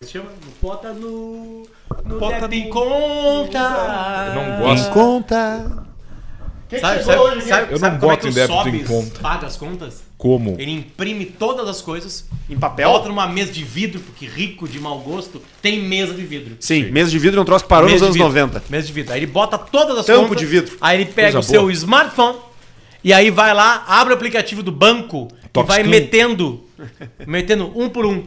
se chama? Bota no. no Bota Depp em conta. Eu não gosto. Em conta. Quem Sabe- chegou sabe- hoje, sabe- quem- Eu sabe não como é boto que em o débito em Sobis conta. paga as contas? Como? Ele imprime todas as coisas, Em papel? bota numa mesa de vidro, porque rico de mau gosto tem mesa de vidro. Sim, mesa de vidro é um troço que parou Mesa de nos anos vidro. 90. Mesa de vidro. Aí ele bota todas as Tampo de vidro. Aí ele pega Coisa o seu boa. smartphone e aí vai lá, abre o aplicativo do banco Tox e vai Clean. metendo, metendo um por um.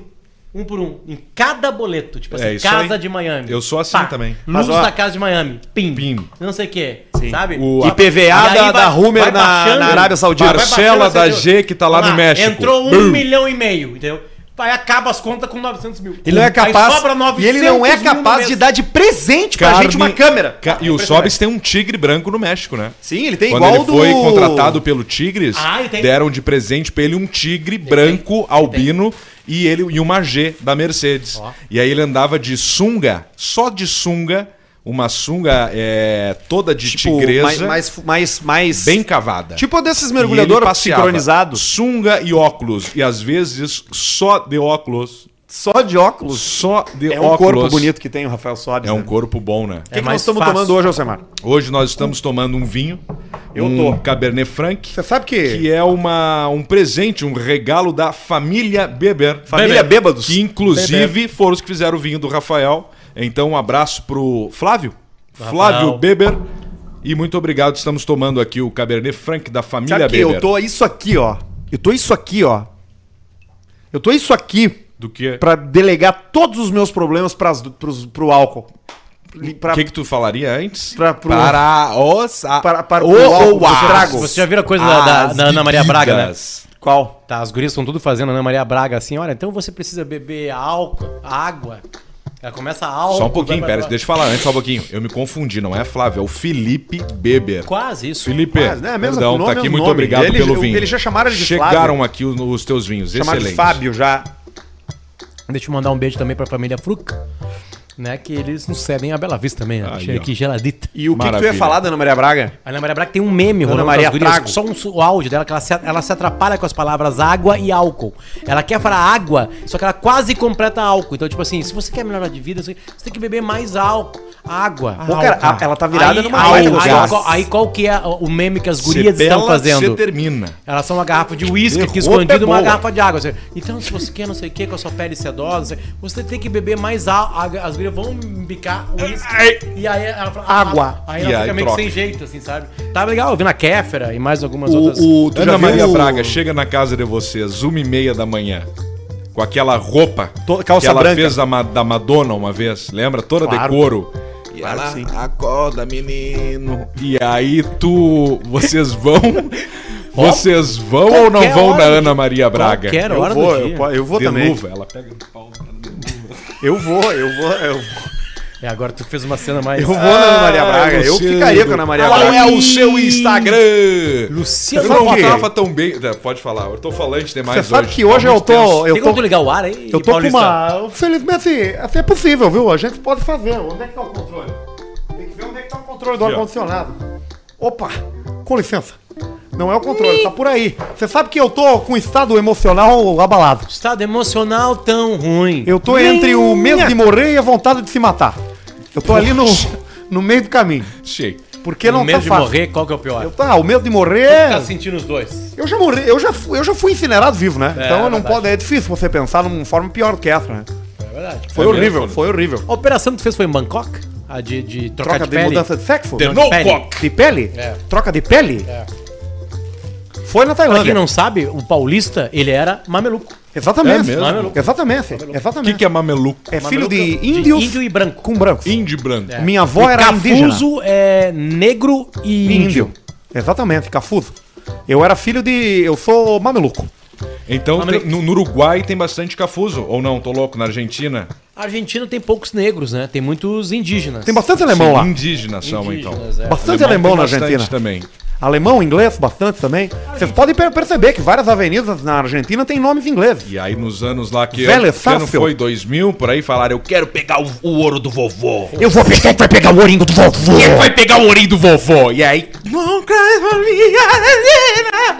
Um por um, em cada boleto. Tipo assim, É, isso casa aí. de Miami. Eu sou assim também. Luz Mas, ó, da casa de Miami. Pim. Pim. Não sei o quê. Sabe? O- IPVA E aí da, vai- da Hummer vai na, baixando. na Arábia Saudita. Vai Parcela baixando da essa- G que tá lá Vamos no México. Entrou um Bum. milhão e meio, entendeu? Aí acaba as contas com 900 mil. Ele não é Aí capaz. sobra E ele não é 900 mil no capaz de mês. dar de presente pra Carne- gente uma câmera. Ca- E o Sobis tem um tigre branco no México, né? Sim, ele tem Quando igual ele do. foi contratado pelo Tigres, Ah, ele tem- deram de presente pra ele um tigre branco albino e ele e uma G da Mercedes. E aí ele andava de sunga, só de sunga, uma sunga é, toda de tipo, tigresa, mais, mais, mais, mais- bem cavada. Tipo desses E ele mergulhadores passeava sincronizados. Sunga e óculos. E às vezes só de óculos. Só de óculos. Só de é um óculos. corpo bonito que tem o Rafael Sobis. É um né? corpo bom, né? O que, que nós mais estamos fácil. tomando hoje, Alcemar? Hoje nós estamos tomando um vinho. Eu um tô. Cabernet Franc. Você sabe que é uma, um presente, um regalo da família Beber. Família Beber. Bêbados. Que inclusive foram os que fizeram o vinho do Rafael. Então um abraço pro Flávio. Flávio Beber. E muito obrigado, estamos tomando aqui o Cabernet Franc da família Sabe que Beber. eu tô isso aqui, ó. Eu tô isso aqui, ó. Eu tô isso aqui Do que? pra delegar todos os meus problemas pras, pros, pro álcool. O Pra, que que tu falaria antes? Pra- pro- Para os... a- para, para o, pro álcool, o, pro trago. Você já viram a coisa da, da- da Ana Maria Braga, né? Qual? Tá, as gurias estão tudo fazendo a Ana Maria Braga assim, olha, então você precisa beber álcool, água. Ela começa álcool. Só um pouquinho, vai, vai, pera, vai. deixa eu falar antes, só um pouquinho. Eu me confundi, não é Flávio, é o Felipe Beber. Quase isso. Felipe, Mas, né, mesmo perdão, nome, tá mesmo aqui, muito nome. obrigado Ele- pelo o- vinho. eles já chamaram ele de Chegaram Flávio. aqui os, os teus vinhos, Chamado de excelente. Fábio já. Deixa eu mandar um beijo também pra família Fruca, né? Que eles nos cedem a Bela Vista também, né? Aí, Chega ó. aqui geladita. E o que que, tu ia Maravilha. falar da Ana Maria Braga? A Ana Maria Braga tem um meme Ana rolando Maria com as gurias, Trago. só um su- o áudio dela que ela se, ela se atrapalha com as palavras água e álcool. Ela quer falar água, só que ela quase completa álcool. Então, tipo assim, se você quer melhorar de vida, você você tem que beber mais álcool. Água. Pô, cara, Álcool. a- ela tá virada aí, numa aí, baita aí, das- qual- aí qual que é o meme que as Cê gurias estão bela, fazendo? cê termina. Elas são uma garrafa de uísque Derrota aqui escondida é uma boa. garrafa de água. Você- Então, se você quer não sei o que, com a sua pele sedosa, não sei- você tem que beber mais água. As gurias vão bicar Ai. uísque. E aí ela fala. "Ah, Água. Aí E ela aí fica meio que troca. sem jeito, assim, sabe? Tava legal ouvindo a Kéfera e mais algumas outras. O, o, tu já Ana Maria viu o- Braga chega na casa de vocês, uma e meia da manhã, com aquela roupa To- calça que ela branca. fez da, Ma- da Madonna uma vez, lembra? Toda Claro. de couro. E Claro que Ah, sim. acorda, menino. E aí tu. Vocês vão. vocês vão ou não Qualquer vão hora da do Ana Maria Braga? Qualquer Eu hora vou, do dia. eu, po- eu vou de também. luva. Ela pega o pau. Eu vou, eu vou, eu vou. É, agora tu fez uma cena mais. Eu vou na Ana Maria Ah, Braga. Eu Luciano. ficaria com a Ana Maria Qual Braga. é o seu Instagram? Luciano Eu não Sabe por quê? botava tão bem. Tá, Pode falar, eu tô falante demais Você hoje. sabe que hoje eu tô. Tem Eu como tô, tu ligar o ar aí? eu tô com Paulista? uma. Felizmente, assim, assim é possível, viu? A gente pode fazer. Onde é que tá o controle? Tem que ver onde é que tá o controle do Aqui, ó. ar-condicionado. Opa! Com licença. Não é o controle, tá por aí. Você sabe que eu tô com um estado emocional abalado. Estado emocional tão ruim. Eu tô entre o medo de morrer e a vontade de se matar. Eu tô ali no, no meio do caminho. Achei. Porque não o medo tá de fácil. morrer, qual que é o pior? Eu É. tá, o medo de morrer. Tá sentindo os dois. Eu já morri, eu já, fu- eu já fui incinerado vivo, né? É, então eu não verdade. pode, é difícil você pensar numa forma pior do que essa, né? É verdade. Foi É horrível, né? mesmo? foi horrível. A operação que tu fez foi em Bangkok? A de, de trocar Troca de de, pele? mudança de sexo? The de No pele. Cock. De pele? É. Troca de pele? É. Foi na Pra quem Tailândia. não sabe, o paulista, ele era mameluco. Exatamente. É mesmo? Mameluco. Exatamente. O que, né? Exatamente. que é mameluco? é filho Mameluco de índios índio e branco. com brancos. Indie branco. É. Minha avó E era indígena. Cafuso é negro e E índio. índio. Exatamente, cafuso. Eu era filho de. Eu sou mameluco. Então tem- Mameluco. no, no Uruguai tem bastante cafuso. Ou não, tô louco, na Argentina. A Argentina tem poucos negros, né? Tem muitos indígenas. Tem bastante alemão lá. Indígenas são, Indígenas, então. é. Bastante alemão tem na bastante Argentina. também. Alemão, inglês, bastante também. Vocês podem per- perceber que várias avenidas na Argentina têm nomes ingleses. E aí nos anos lá que Velho, é que ano fácil. foi 2000, por aí falaram, eu quero pegar o, o ouro do vovô. Eu vou pegar vai pegar o oringo do vovô. Quem vai pegar o ourinho do vovô? E aí...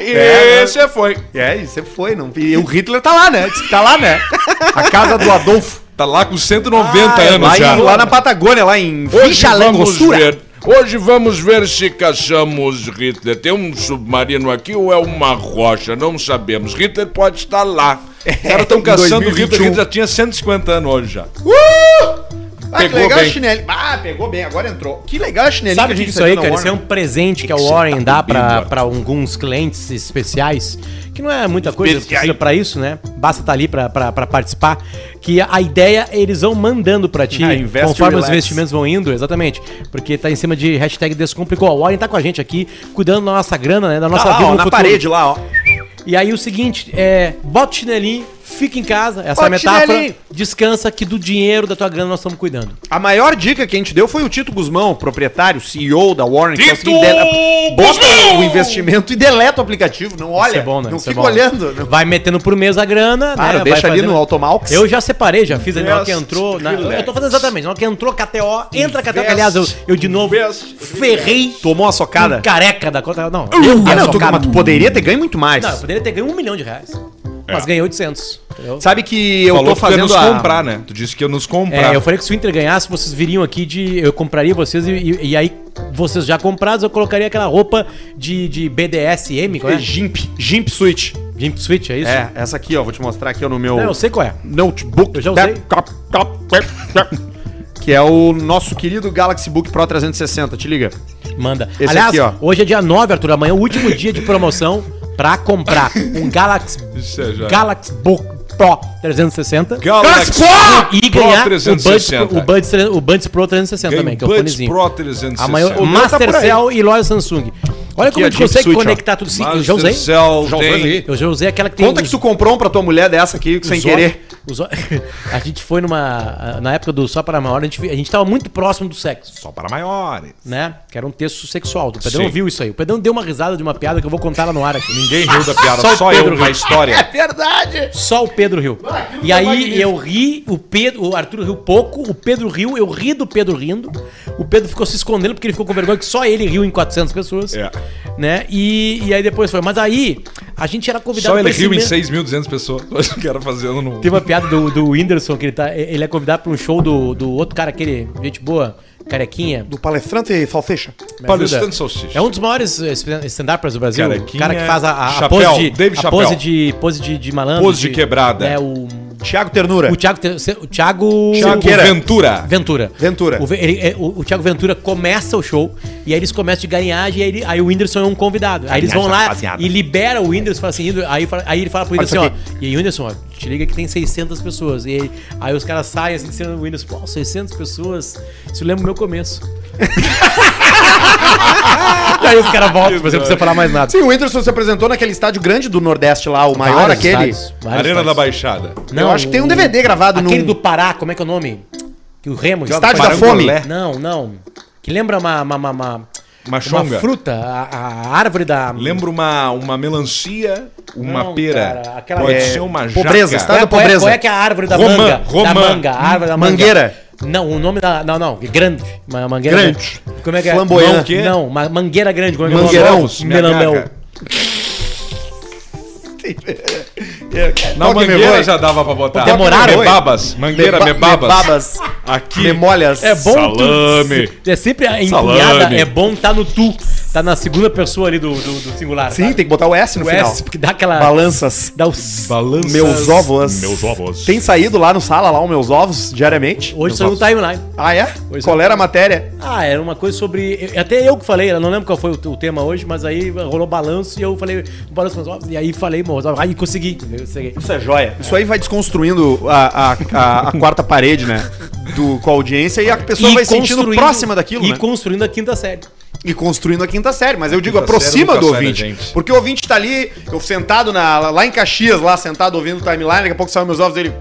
É, Esse foi. É, e você foi, não. E o Hitler tá lá, né? Diz que tá lá, né? A casa do Adolfo. Tá lá com 190 anos Ah, é lá, em- já. lá na Patagônia, lá em Ficha Langosura. ver. Hoje vamos ver se caçamos Hitler. Tem um submarino aqui ou é uma rocha? Não sabemos. Hitler pode estar lá. Os caras estão É, Em caçando o 2021. Hitler. Hitler já tinha 150 anos hoje já. Ah, que Pegou legal bem. a chinelinha. Ah, pegou bem, agora entrou. Que legal a chinelinha Sabe o a que que gente isso aí, recebeu cara? na Isso é um Warner. Tá presente que a Isso Warren tá dá pra, bebendo, pra alguns clientes especiais, que não é muita coisa precisa pra isso, né? Basta estar tá ali pra, pra, pra participar. Que a ideia eles vão mandando pra ti, Ah, investe conforme e os relax. investimentos vão indo, exatamente. Porque tá em cima de hashtag descomplicou. A Warren tá com a gente aqui, cuidando da nossa grana, né? Da nossa Tá lá, vida ó, no na futuro. parede lá, ó. E aí o seguinte, é, bota o chinelinho, fica em casa, essa é a Bota o metáfora, chinelinho. descansa que do dinheiro da tua grana nós estamos cuidando. A maior dica que a gente deu foi o Tito Guzmão, proprietário, CEO da Warren. que é o Tito seguinte, dela- Bota Guzmão! o investimento e deleta o aplicativo. Não olha, Isso é bom, né? não Isso é fica bom. olhando. Não. Vai metendo por mês a grana, Claro, né? deixa Vai ali fazendo- no Automalx. Eu já separei, já fiz ali na hora que Invest, entrou. na- relax. Eu tô fazendo exatamente, na hora que entrou KTO, entra KTO. Invest, Aliás, eu, eu de novo invest, ferrei Tomou uma socada? um careca da conta. Não, Eu- eu, ah, não, tu, socada. mas tu poderia ter ganho muito mais. não, eu poderia ter ganho um milhão de reais. Mas ganhei 800. entendeu? É. Sabe que eu Falou tô que tu ia fazendo nos a... comprar, né? Tu disse que ia nos comprar. É, eu falei que se o Inter ganhasse, vocês viriam aqui de. Eu compraria vocês e, e- e aí, vocês já comprados, eu colocaria aquela roupa de, de BDSM, qual é? É, Gimp, Gimp Switch. Jimp Switch, é isso? É, essa aqui, ó, vou te mostrar aqui ó, no meu Não, eu sei qual é. notebook. Eu já usei. Que é o nosso querido Galaxy Book Pro 360, te liga. Manda. Esse Aliás, aqui, ó. hoje é dia 9, Arthur. Amanhã é o último dia de promoção pra comprar um Galaxy, Isso é já. Galaxy Book Pro 360 Galaxy e Pro ganhar o 360. Buds Pro, o Buds, o Buds Pro 360 Ganha também, que é um o Buds fonezinho. Pro 360. Amanhã, O meu tá por aí. Mastercell e loja Samsung. Olha como ó, a gente é Deep consegue Switch, ó. conectar tudo. Sim, eu já usei. Mastercell Já usei tem- ali. Eu já usei aquela que tem Conta que tu comprou um pra tua mulher dessa aqui, sem querer. Os ó- a gente foi numa. Na época do Só para Maior, a gente, a gente tava muito próximo do sexo. Só para maiores. né? Que era um texto sexual. O Pedrão Sim. viu isso aí. O Pedrão deu uma risada de uma piada que eu vou contar ela no ar aqui. Ninguém riu da piada, Só só, o Pedro eu É na riu. história. Verdade! Só o Pedro riu. E aí eu ri, o Pedro, o Arthur riu pouco, o Pedro riu, eu ri do Pedro rindo. O Pedro ficou se escondendo porque ele ficou com vergonha que só ele riu em 400 pessoas, É. né? E, e aí depois foi. Mas aí a gente era convidado Só ele pra esse riu em mesmo- 6.200 pessoas. Acho que era fazendo no... Tem uma piada do, do Whindersson que ele tá, ele é convidado para um show do, do outro cara aquele gente boa, carequinha. Do palestrante salsicha. Me Palestrante ajuda. salsicha. É um dos maiores eh, stand- stand-uppers do Brasil. Carequinha, o cara que faz a, a- a é Chapéu, pose de Dave a Chapéu. pose de pose de, de malandro, Pose de quebrada. É o Tiago Ternura. o Thiago Te- o Thiago Thiago Siqueira. Ventura. Ventura. Ventura. O, Ve- ele- é, o- o Thiago Ventura começa o show e aí eles começam de garinhagem e aí, ele- aí o Whindersson é um convidado. Aí eles vão lá rapaziada. e libera o Whindersson, fala assim, Whindersson- aí, fala- aí ele fala pro Whindersson, Olha ó, isso e aí Whindersson, ó, te liga que tem 600 pessoas. E aí, aí os caras saem assim, dizendo o Whindersson, pô, 600 pessoas, isso lembra o meu começo. e aí os caras voltam, você não precisa falar mais nada. Sim, o Whindersson se apresentou naquele estádio grande do Nordeste lá, o maior Vários aquele. estádios, vários Arena estádios. da Baixada. Eu acho que tem um DVD gravado Aquele num- do Pará, como é que é o nome? Que o Remo joga Estádio pra- da Fome. Não, não. Que lembra uma, uma, uma, uma, Machonga. uma fruta, a, a árvore da. Lembra uma, uma melancia, uma Não, pera. cara, aquela- Pode É, ser uma jaca. pobreza, Qual está- é, da qual, é, pobreza. qual é que é a árvore da Romã, manga? Da romã. manga, a árvore da manga. Mangueira. Não, o nome da. Não, não, grande. Uma mangueira Grande. Como é que é? Flamboyante. Não, que- Não, uma mangueira grande. Como é que Mangueirão, é o nome? Melanéu. Na Toque meu mangueira boi. já dava pra botar. Demoraram? Mebabas. Mangueira Meba- mebabas. Mebabas. Aqui. Memórias. É bom Salame. tu. É sempre a encunhada, Salame. é bom tá no tu. Tá na segunda pessoa ali do, do, do singular. Sim, tem que botar o S no o final. S, porque dá aquela. Balanças. Dá os. Balanças. Meus ovos. Meus ovos. Tem saído lá no sala, lá, os meus ovos, diariamente. Hoje Meus saiu no ovos. timeline. Ah, é? Hoje Qual saiu. era a matéria? Ah, era uma coisa sobre. eu- Até eu que falei, eu não lembro qual foi o, o tema hoje, mas aí rolou balanço e eu falei, balanço meus ovos, e aí falei, meus ovos, aí consegui. entendeu? Consegui. Isso é joia. Isso aí vai desconstruindo a, a, a- a quarta parede, né? Do, com a audiência e a pessoa vai sentindo construindo- próxima daquilo, E né? construindo a quinta série. e construindo a quinta série. Mas eu digo, quinta aproxima série do nunca sai da ouvinte. gente. Porque o ouvinte tá ali, eu sentado na, lá em Caxias, lá sentado ouvindo o timeline, daqui a pouco saem meus ovos dele.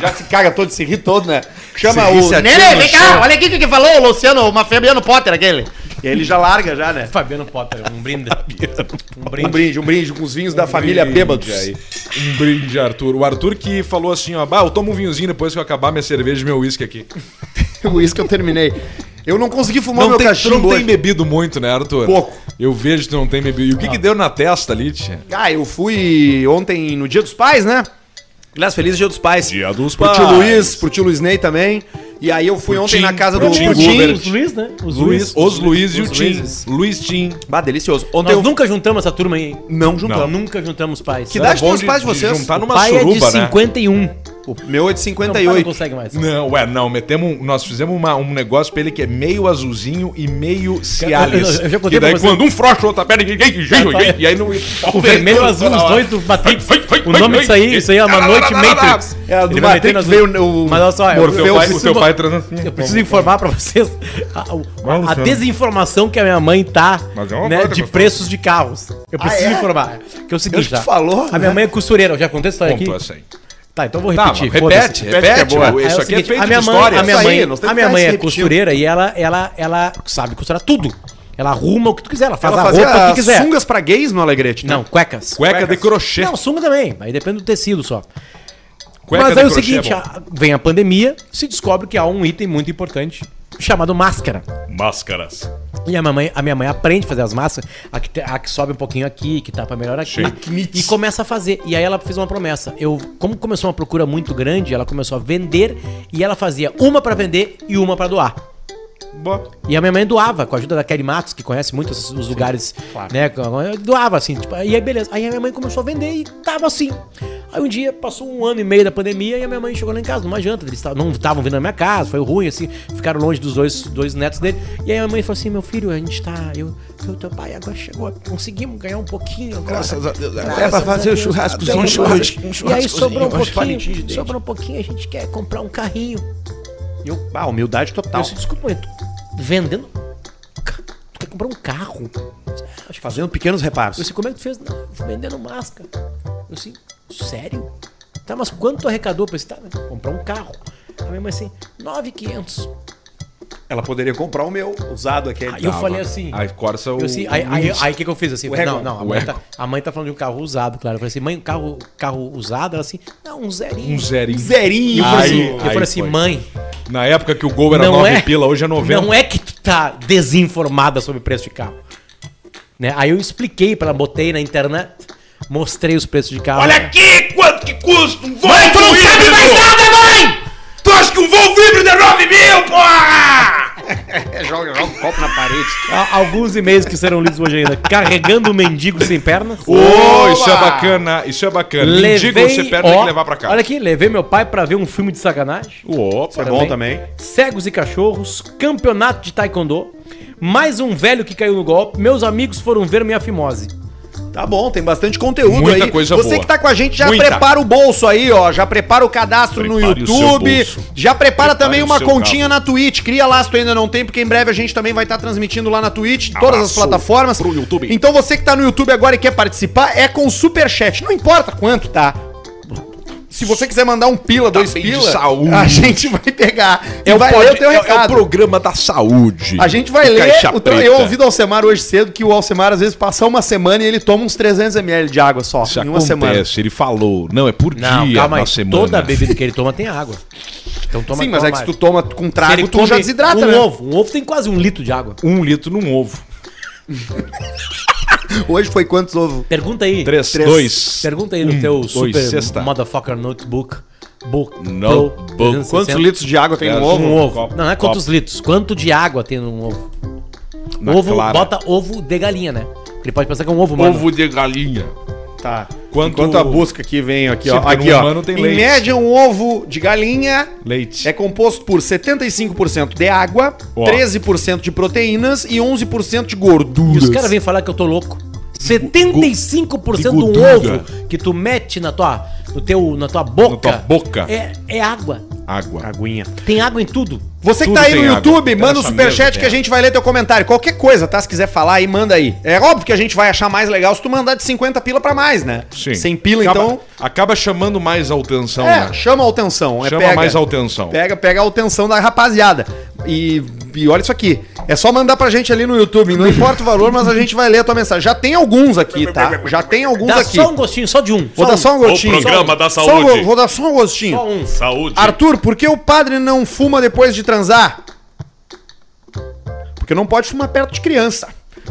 Já se caga todo, se ri todo, né? Chama Se ri, o. se atira Nenê, no vem cá, chão. olha aqui o que que falou o Luciano, o Fabiano Potter, aquele. E aí ele já larga, já, né? Fabiano Potter, um brinde. um Um brinde. brinde, um brinde com os vinhos da família brinde Bêbados. aí. Um brinde, Arthur. O Arthur que falou assim, ó, bah, eu tomo um vinhozinho depois que eu acabar minha cerveja e meu uísque aqui. O uísque eu terminei. Eu não consegui fumar Não meu tem, tu cachimbo. não tem hoje. bebido muito, né, Arthur? Pouco. Eu vejo que tu não tem bebido. E o que que deu na testa ali, tia? Ah, eu fui ontem no Dia dos Pais, né? Aliás, feliz Dia dos Pais. Dia dos pro Pais. Tio Luiz, pro tio Luiz Ney também. E aí eu fui Pro ontem Tim, na casa pro do Tim tio Gubert. Tim. Os Luiz, né? Os Luiz, os Luiz e o Os Tim. Luizes. Luiz Tim. Bah, delicioso. Ontem Nós eu nunca juntamos essa turma aí. hein? não juntamos. Nunca juntamos pais. Que idade Era tem É bom os pais de vocês? juntar numa pai suruba, é de né? 51. O meu é de Não, pai 58. não consegue mais. Não, ué, não, metemos um, nós fizemos uma- um negócio pra ele que é meio azulzinho e meio Cialis. eu- eu já contei e daí pra você. quando um frocha, o outro aperta, e, e, e, e aí não... tá O vermelho azul, os dois do Matrix. O nome disso aí, isso aí é uma noite Matrix. É, do Ele vai meter Matrix nas- veio o Mas olha só, eu- O teu Morfeu. pai, o teu pai assim, então, transando. Eu preciso informar pra vocês a, o- Vai, a Luciano. desinformação que a minha mãe tá Mas é uma né, coisa de gostosa. preços de carros. Eu preciso informar. Que é o seguinte, que tu tá? falou, a minha mãe é costureira, eu já contei a história aqui. Contou essa aí. Tá, então eu vou Tá, repetir. mas foda-se. repete, repete. boa. pô, Aí Isso o aqui é seguinte, feito a minha de mãe, história. A minha Isso mãe, aí, nós temos a que minha ficar mãe é repetindo. costureira e ela, ela, ela sabe costurar tudo. Ela arruma o que tu quiser, ela faz Ela a roupa fazia que quiser. sungas pra gays no Alegrete, né? Não, cuecas. Cueca de crochê. Não, sunga também. Aí depende do tecido só. Cueca Mas de aí o crochê é seguinte, bom. a- vem a pandemia, se descobre que há um item muito importante chamado máscara. Máscaras. E a, mamãe, a minha mãe aprende a fazer as massas, a que, te- a que sobe um pouquinho aqui, que tapa melhor aqui. E começa a fazer. E aí ela fez uma promessa. Eu, como começou uma procura muito grande, ela começou a vender e ela fazia uma pra vender e uma pra doar. Boa. E a minha mãe doava, com a ajuda da Kelly Matos, que conhece muito os, os lugares, né? Doava, assim, tipo, e aí beleza. Aí a minha mãe começou a vender e tava assim. Aí um dia, passou um ano e meio da pandemia e a minha mãe chegou lá em casa, numa janta. Eles ta- não estavam vindo na minha casa, foi ruim, assim, ficaram longe dos dois, dois netos dele. E aí a minha mãe falou assim, meu filho, a gente tá... Eu, eu teu pai agora chegou, conseguimos ganhar um pouquinho agora. Graças a Deus. É pra fazer o churrascozinho, um churrascozinho. E aí sobrou um pouquinho, sobrou um pouquinho, a gente quer comprar um carrinho. E eu, Ah, humildade eu total. disse, desculpa, mas tu vendendo. ca- Tu quer comprar um carro? Eu disse, "Ah, acho que Fazendo pequenos Eu reparos. disse, como é que tu fez? Não, eu fui vendendo máscara. Eu disse, sério? Tá, mas quanto tu arrecadou pra esse tá, né, comprar um carro? A minha mãe assim, 9,500. Ela poderia comprar o meu, usado aquele. Aí eu Dava. falei assim. Aí corta o... Eu assim, aí, aí, aí o que, que eu fiz assim? ego, não, não, a o mãe, ego. tá, a mãe tá falando de um carro usado, claro. Eu falei assim, mãe, um carro, carro usado? Ela assim, não, um zerinho. Um zerinho. Eu Zerinho. falei Aí- assim, eu falei aí assim, foi. mãe, Na época que o gol era não 9 é, pila, hoje é 90. Não é que tu tá desinformada sobre o preço de carro. Né? Aí eu expliquei pra ela, botei na internet, mostrei os preços de carro. Olha aqui quanto que custa um voo Mãe, tu não sabe mais nada, mãe! Tu acha que um voo híbrido é 9 mil, porra? É, joga, joga um copo na parede. A- Alguns e-mails que serão lidos hoje ainda. Carregando o mendigo sem pernas. Ô, isso é bacana, isso é bacana. Mendigo, você perde, tem ó, que levar pra cá. Olha aqui, levei meu pai pra ver um filme de sacanagem. Opa, tá Bom também. Cegos e Cachorros, Campeonato de Taekwondo, mais um velho que caiu no golpe, meus amigos foram ver minha fimose. Tá bom, tem bastante conteúdo Muita aí. coisa Você boa. que tá com a gente, já Muita. prepara o bolso aí, ó. Já prepara o cadastro no Prepare o seu YouTube. bolso. Já prepara Prepare também o uma seu continha na Twitch. Cria lá se tu ainda não tem, porque em breve a gente também vai estar transmitindo lá na Twitch, em todas as Abraço plataformas. pro YouTube. Então você que tá no YouTube agora e quer participar, é com super chat. Não importa quanto, tá? Se você quiser mandar um pila, dois Tá bem de pila, saúde. a gente vai pegar. É E o, vai pod- ler o teu é- é o recado. programa da saúde. A gente vai do ler. Caixa o teu- Preta. eu ouvi do Alcemar hoje cedo que o Alcemar às vezes passa uma semana e ele toma uns 300ml de água só. Isso em uma acontece, semana. ele falou. Não, é por Não, dia, calma na aí. semana. Toda bebida que ele toma tem água. Então toma Sim, mas toma é que se mais. tu toma com Se trago, ele tu já come desidrata, um né? ovo. Um ovo tem quase um litro de água. Um litro num ovo. Hoje foi quantos ovos? Pergunta aí. Um, Três, Três. dois. Pergunta aí no Um, teu dois, super sexta. motherfucker notebook. Book, Notebook. Quantos litros de água tem É, um de ovo? um ovo? Copo, não, não é quantos litros. Quanto de água tem num ovo? Na ovo, clara. bota ovo de galinha, né? Porque Ele pode pensar que é um ovo, mano. Ovo de galinha. Tá. Quanto- Enquanto a busca aqui vem aqui, Sim, ó. porque Aqui, no ó. humano tem em leite. média, um ovo de galinha Leite. é composto por 75% de água, Ó. 13% de proteínas e 11% de E gorduras. os caras vêm falar que eu tô louco. 75% de do gordura. um ovo que tu mete na tua, no teu, na tua Na boca, tua boca. É, é água. Água. Aguinha. Tem água em tudo. Você que Tudo tá aí no tem água. YouTube, Interessa manda o superchat mesmo, que a é. gente vai ler teu comentário. Qualquer coisa, tá? Se quiser falar aí, manda aí. É óbvio que a gente vai achar mais legal se tu mandar de 50 pila pra mais, né? Sim. Sem pila, Acaba- então. Acaba chamando mais a atenção, É, né? chama a atenção. é, Chama mais a atenção. Pega, pega a atenção da rapaziada. E, e olha isso aqui. É só mandar pra gente ali no YouTube. Não importa o valor, mas a gente vai ler a tua mensagem. Já tem alguns aqui, tá? Já tem alguns Dá aqui. só um gostinho, só de um. Vou dar só um gostinho. programa da Só um saúde. go- vou dar só um gostinho. Só um. Saúde. Arthur, por que o padre não fuma depois de transar? Porque não pode fumar perto de criança.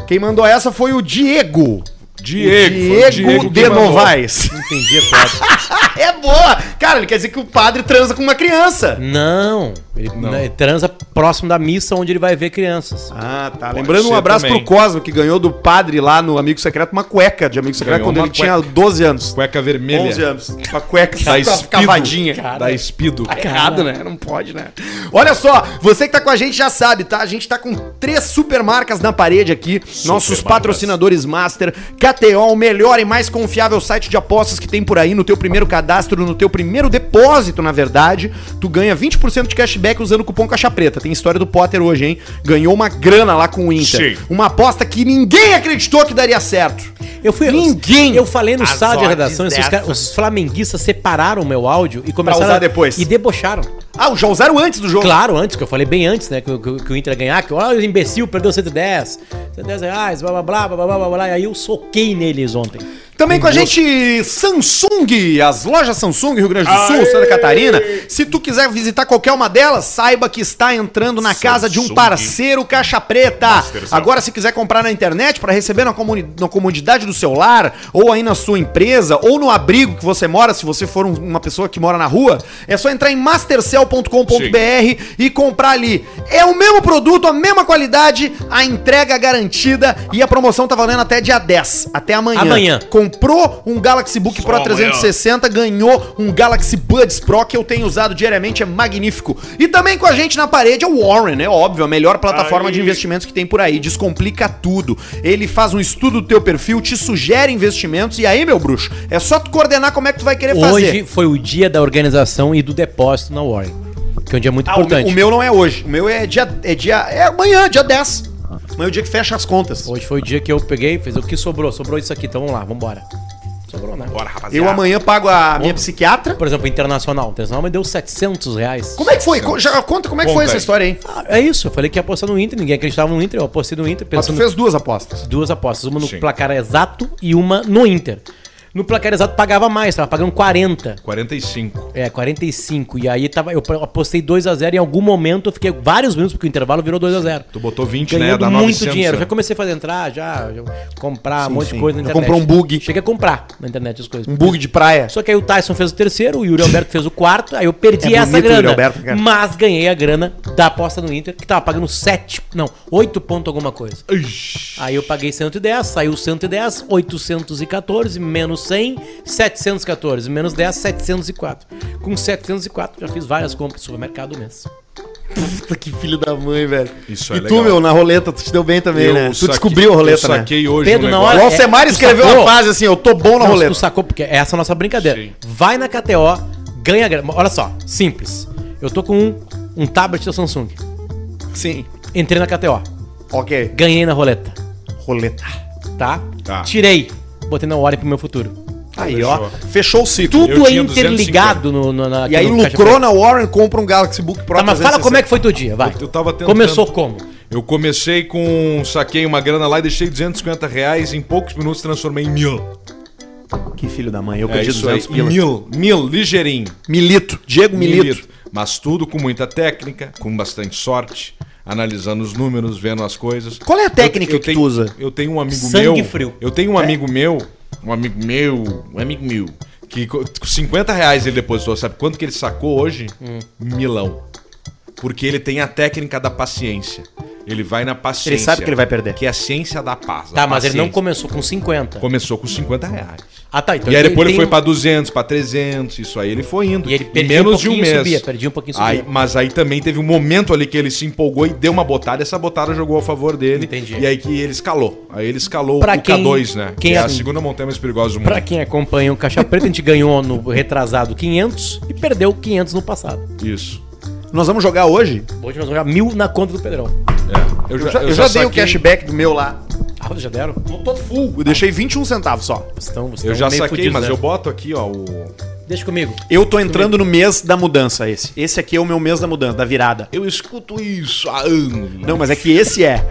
Quem mandou essa foi o Diego. Diego. foi o Diego, Diego que de mandou. Novaes. Entendi a piada. é boa! Cara, ele quer dizer que o padre transa com uma criança. Não, ele né, transa próximo da missa onde ele vai ver crianças. Ah, tá. Lembrando ser um abraço também. pro Cosmo, que ganhou do padre lá no Amigo Secreto uma cueca de Amigo Secreto Ganhou quando ele uma tinha 12 anos. Cueca 11 vermelha. anos. Uma cueca Da com a Espido. cavadinha. Da Espido. Tá errado, né? Não pode, né? Olha só, você que tá com a gente já sabe, tá? A gente tá com três supermarcas na parede aqui. Nossos patrocinadores master. KTO, o melhor e mais confiável site de apostas que tem por aí. No teu primeiro cadastro, no teu primeiro depósito, na verdade, tu ganha 20% de cashback usando o cupom Caixa Preta. Tem história do Potter hoje, hein? Ganhou uma grana lá com o Inter. Sim. Uma aposta que ninguém acreditou que daria certo. Eu fui. Ninguém. Eu falei no As sala de odds redação, esses dessa. caras- os flamenguistas separaram o meu áudio e começaram. usar a- depois. E debocharam. Ah, já usaram antes do jogo. Claro, antes, que eu falei bem antes, né? Que, o- que o- que o Inter ia ganhar, que olha, o imbecil perdeu 110, 110 reais, blá blá blá blá blá blá blá. E aí eu soquei neles ontem. Também com a gente, Samsung, as lojas Samsung, Rio Grande do Sul, Santa Catarina. Se tu quiser visitar qualquer uma delas, saiba que está entrando na casa de um Samsung. parceiro Caixa Preta. Agora, se quiser comprar na internet para receber na, comuni na comodidade do seu lar, ou aí na sua empresa, ou no abrigo que você mora, se você for um- uma pessoa que mora na rua, é só entrar em mastercell.com.br e comprar ali. É o mesmo produto, a mesma qualidade, a entrega garantida e a promoção tá valendo até dia 10, até amanhã. Amanhã. Comprou um Galaxy Book Pro 360, ganhou um Galaxy Buds Pro que eu tenho usado diariamente, é magnífico. E também com a gente na parede é o Warren, é óbvio, a melhor plataforma de investimentos que tem por aí, descomplica tudo. Ele faz um estudo do teu perfil, te sugere investimentos e aí, meu bruxo, é só tu coordenar como é que tu vai querer Hoje fazer. foi o dia da organização e do depósito na Warren. Que é um dia muito Ah, o, meu, importante. o meu não é hoje, o meu é dia é dia é amanhã, dia 10. Amanhã é o dia que fecha as contas. Hoje foi o dia que eu peguei, fez o que sobrou, sobrou isso aqui, então vamos lá, vambora. Sobrou, né? Bora, rapaziada. Eu amanhã pago a minha psiquiatra. Por exemplo, Internacional. Internacional me deu 700 reais. Como é que foi? Co- Já conta como é que Conta foi essa aí. história aí. Ah, É isso, eu falei que ia apostar no Inter, ninguém acreditava no Inter, eu apostei no Inter, Mas Ah, tu pensando fez duas apostas. duas apostas, uma no Sim. placar exato e uma no Inter. No placar exato pagava mais, tava pagando 40. 45. É, 45. E aí tava, eu apostei 2x0 em algum momento, eu fiquei vários minutos, porque o intervalo virou 2x0. Tu botou 20, né? Ganhando Dá muito 900, dinheiro. né? Já comecei a fazer entrar, já, já comprar um monte sim. de coisa na Já internet. comprou um bug. Cheguei a comprar na internet as coisas. Um bug de praia. Só que aí o Tyson fez o terceiro, o Yuri Alberto fez o quarto, aí eu perdi É bonito essa o Yuri grana. Alberto, cara. mas ganhei a grana da aposta no Inter, que tava pagando 7, não, 8 ponto alguma coisa. Aí eu paguei 110, saiu 110, 814, menos 100, 714, menos 10, 704. Com 704 já fiz várias compras no supermercado do mês. Puta que filho da mãe, velho. Isso e é tu, legal. meu, na roleta, tu te deu bem também, Eu né? Tu saque- descobriu a roleta, eu né? saquei hoje Pedro, um na negócio. hora- O Alcemar É, tu escreveu sacou? uma frase assim, eu tô bom na Não, roleta. Tu sacou? Porque essa é a nossa brincadeira. Sim. Vai na KTO, ganha grana. Olha só, simples. Eu tô com um, um tablet da Samsung. Sim. Entrei na KTO, Ok. ganhei na roleta. Roleta. tá? Tá. Tirei, botei na ordem pro meu futuro. Aí, ó. Fechou. é- Fechou o ciclo. Eu Tudo é tinha interligado no, no- na E aí no caixa preta. lucrou na Warren, compra um Galaxy Book Pro Tá, mas fala 360. como é que foi teu dia, vai. Eu- eu tava tentando. Começou como? Eu comecei com. um, Saquei uma grana lá e deixei 250 reais. Em poucos minutos transformei em mil. Que filho da mãe, eu É perdi isso aí. 200 pila. Mil, mil, ligeirinho. Milito. Diego Milito. Mas tudo com muita técnica, com bastante sorte, analisando os números, vendo as coisas. Qual é a técnica que tenho, tu usa? É? Eu tenho um amigo Sangue meu. frio. Eu tenho um amigo meu, um amigo meu, um amigo meu, que co- com 50 reais ele depositou. Sabe quanto que ele sacou hoje? Hum. Milão. Porque ele tem a técnica da paciência. Ele vai na paciência. Ele sabe que ele vai perder. Que é a ciência da paz. Tá, a mas ele não paciência. começou com 50. Começou com 50 reais. Ah, tá. Então E aí depois ele tem foi um- pra 200, pra 300, isso aí ele foi indo. E ele perdia um pouquinho e subia, perdia um pouquinho e subia. Aí- mas aí também teve um momento ali que ele se empolgou e deu uma botada, essa botada jogou a favor dele. Entendi. E aí que ele escalou. Aí ele escalou Pra o quem- K2, né? quem que é a assim- segunda montanha mais perigosa do mundo. Pra quem acompanha o Caixa Preta, a gente ganhou no retrasado 500 e perdeu 500 no passado. Isso. Nós vamos jogar hoje? Hoje nós vamos jogar mil na conta do Pedrão. É. Eu já, eu já dei o saquei- cashback do meu lá. Ah, vocês já deram? Eu tô full. Eu deixei 21 centavos só. Vocês Estão, vocês Eu estão já meio saquei, fudidos, mas né? eu boto aqui, ó, o... Deixa comigo. Eu tô entrando no mês da mudança esse. Esse aqui é o meu mês da mudança, da virada. Eu escuto isso há anos. Não, mas é que esse é.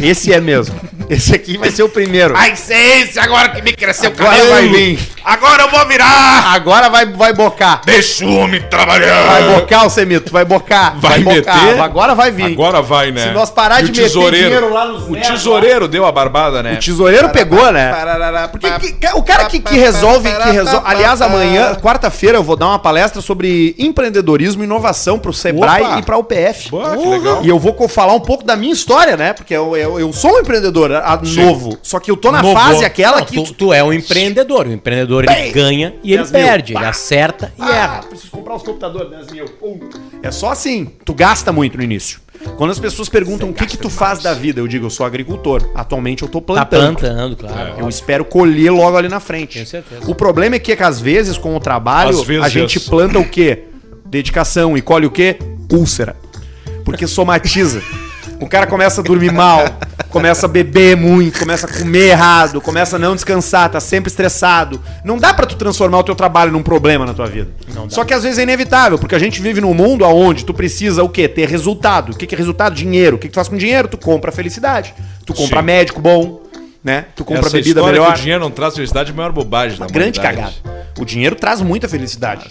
Esse é mesmo. Esse aqui vai ser o primeiro. A essência, agora que me cresceu o Agora cabelo. vai vir. Agora eu vou virar. Agora vai, vai bocar. Deixa o homem trabalhar. Vai bocar o Semito, vai bocar. Vai bocar. meter? Agora vai vir. Agora vai, né? Se nós parar E de o meter tesoureiro, dinheiro né? lá nos O tesoureiro deu a barbada, né? O tesoureiro pegou, né? Porque Porque que- o cara que, que resolve, que resolve. Aliás, amanhã, quarta-feira, eu vou dar uma palestra sobre empreendedorismo e inovação pro Sebrae Opa! e pra UPF. Boa, que legal. E eu vou co- falar um pouco da minha história, né? Porque eu, eu, eu sou um empreendedor a- novo. Só que eu tô na Novo. fase aquela Não, que. tu, tu é um empreendedor. O empreendedor ele ganha e ele perde. Ele acerta e erra. Ah, Preciso comprar os computadores, 10 mil. Um. É só assim. Tu gasta muito no início. Quando as pessoas perguntam o que, que tu faz da vida, eu digo, eu sou agricultor. Atualmente eu tô Tá plantando. plantando, claro. tá? É, Eu espero colher logo ali na frente. É. Tenho certeza. O problema é que, que às vezes, com o trabalho, Às vezes. a gente planta o quê? Dedicação. E colhe o quê? Úlcera. Porque somatiza. O cara começa a dormir mal, começa a beber muito, começa a comer errado, começa a não descansar, tá sempre estressado. Não dá pra tu transformar o teu trabalho num problema na tua vida. Só que às vezes é inevitável, porque a gente vive num mundo onde tu precisa o quê? Ter resultado. O que que é resultado? Dinheiro. O que que tu faz com dinheiro? Tu compra felicidade. Tu compra Sim. médico bom, né? Tu compra Essa bebida história melhor. que o dinheiro não traz felicidade é a maior bobagem da Grande cagada. humanidade. O dinheiro traz muita felicidade.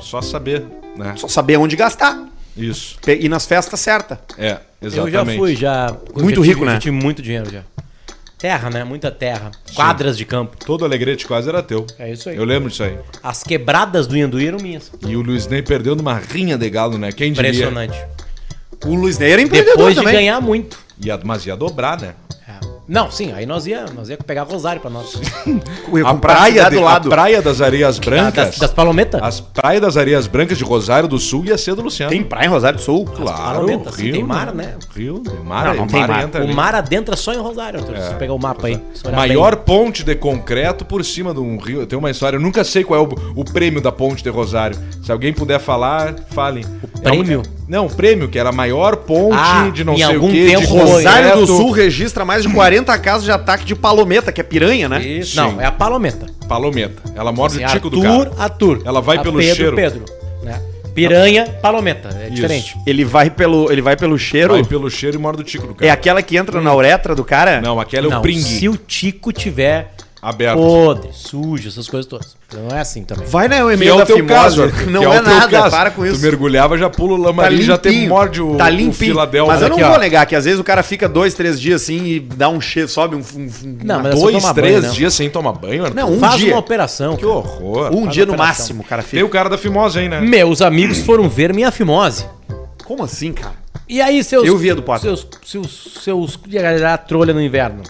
Só saber, né? Só saber onde gastar. Isso. Pe- Ir nas festas certas. É, Eu exatamente. já fui, já. Muito já tive- rico, né? Já tive muito dinheiro já. Terra, né? Muita terra. Quadras de campo. Todo alegrete quase era teu. É isso aí. Eu lembro disso aí. As quebradas do Ianduí eram minhas. E o Luiz Ney perdeu numa rinha de galo, né? Quem diria? Impressionante. O Luiz Ney era Um empreendedor Depois de também. ganhar muito. Ia, mas ia dobrar, né? É. Não, sim, aí nós ia, nós ia pegar Rosário pra nós. Eu A comprava praia, cidade de- a praia das Areias Brancas. Das, das palometas? As praias das Areias Brancas de Rosário do Sul ia ser do Luciano. Tem praia em Rosário do Sul? Claro, Parlamento, assim, tem mar, né? Rio, tem mar, Não, não tem mar. entra o ali. É. mar adentra só em Rosário. Arthur, Se você pegar o mapa aí. se olhar Maior ponte de concreto por cima de um rio. Tem uma história, eu nunca sei qual é o, o prêmio da ponte de Rosário. Se alguém puder falar, falem. O prêmio? não, o prêmio, que era a maior ponte Ah, de não em sei algum o que. tempo de foi. Rosário concreto. do Sul registra mais de 40 casos de ataque de palometa, que é piranha, né? bem- Isso, Não, é a palometa. Palometa. Ela morde Assim, o tico Arthur, do cara. Arthur. Ela vai A pelo Pedro, cheiro. Pedro, né? Piranha, palometa. É diferente. Ele vai pelo, ele vai pelo cheiro. Vai pelo cheiro e morde o tico do É cara. aquela que entra na uretra do cara? Não, aquela é o Não, pringue. se o Tico tiver Aberto. podre, sujo, essas coisas todas. Então não é assim também. Vai na Que é e-mail o da teu caso. Fimose. Arthur, Não que é, o teu nada, caso. para com Tu isso. mergulhava, já pula o lamarim, já tem morde o, né, tá o limpinho. Filadélfia. Mas eu não Aqui, ó. vou negar que às vezes o cara fica dois, três dias assim e dá um cheiro, sobe um... um- um- Não, mas é só Dois, tomar banho, três né? dias sem tomar banho, Arthur? Não, um Faz dia. uma operação. Que horror. Um dia no é operação. máximo, o cara Tem fica. o cara da Fimose aí, né? Meus amigos foram ver minha fimose. Como assim, cara? E aí, seus. Eu via do Potter. Seus. Seus. Seus. e a galera trolha no inverno.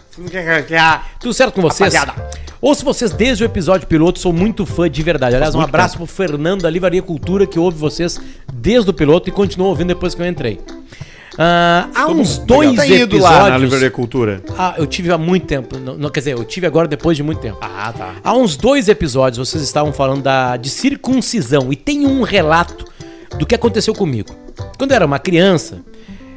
Tudo certo com vocês? Rapaziada. Ouço vocês desde o episódio piloto, sou muito fã de verdade. Aliás, um abraço pro Fernando da Livraria Cultura, que ouve vocês desde o piloto e continua ouvindo depois que eu entrei. Ah, há uns dois Tá indo episódios. lá na Livraria Cultura. Ah, eu tive há muito tempo. Não, não, quer dizer, eu tive agora depois de muito tempo. Ah, tá. Há uns dois episódios vocês estavam falando da, de circuncisão e tem um relato do que aconteceu comigo. Quando eu era uma criança,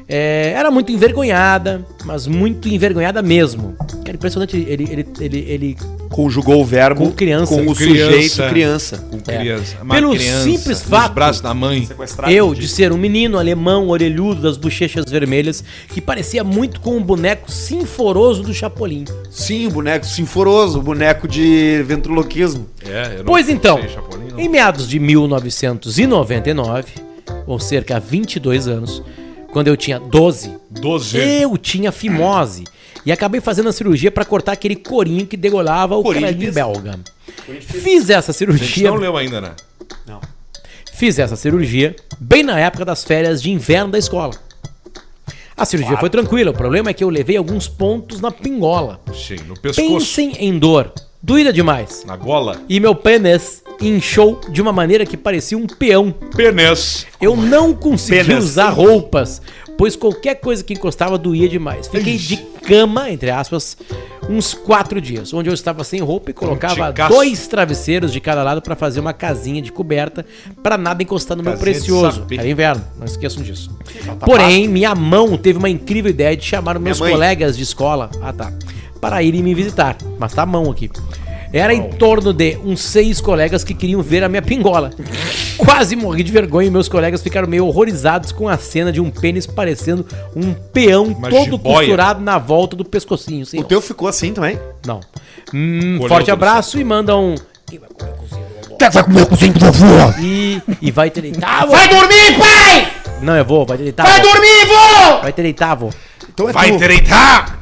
é, era muito envergonhada, mas muito envergonhada mesmo. Era impressionante, ele, ele, ele, ele Conjugou o verbo Com criança. com o Criança. sujeito criança. Com É. criança. Pelo simples fato- Os braços da mãe. Eu, de ser um menino alemão orelhudo das bochechas vermelhas, que parecia muito com um boneco sinforoso do Chapolin. Sim, o boneco sinforoso, o boneco de ventriloquismo. É, eu não Pois então, sei, Chapolin, não. em meados de 1999, ou cerca de 22 anos, quando eu tinha 12, Doze. eu tinha fimose e acabei fazendo a cirurgia pra cortar aquele corinho que degolava o crânio belga. Fiz essa A gente cirurgia, não leu ainda, né? fiz essa cirurgia bem na época das férias de inverno da escola. A cirurgia foi tranquila, o problema é que eu levei alguns pontos na pingola. Sim, no pescoço. Pensem em dor, doída demais. Na gola. E meu pênis inchou de uma maneira que parecia um peão. Pênis. Eu não consegui Penas. usar roupas, pois qualquer coisa que encostava doía demais. Fiquei de cama, entre aspas, uns quatro dias, onde eu estava sem roupa e colocava ticaço. dois travesseiros de cada lado para fazer uma casinha de coberta para nada encostar no meu Casinha de precioso. sapê. Era inverno, não esqueçam disso. Porém, minha mão teve uma incrível ideia de chamar meus Tá mãe. colegas de escola, ah tá, para irem me visitar. Mas tá a mão aqui. Era em torno de uns seis colegas que queriam ver a minha pingola. Quase morri de vergonha e meus colegas ficaram meio horrorizados com a cena de um pênis parecendo um peão Uma todo jiboia. costurado na volta do pescocinho. Sim, O teu ficou assim também? Não. Hum, Colheu forte tudo abraço e manda um. E, e vai te deitar, vô. Vai dormir, pai! Não, eu vou, vai te deitar. Vai dormir, vô! Vai te deitar, vô. Então é Vai tu. endireitar!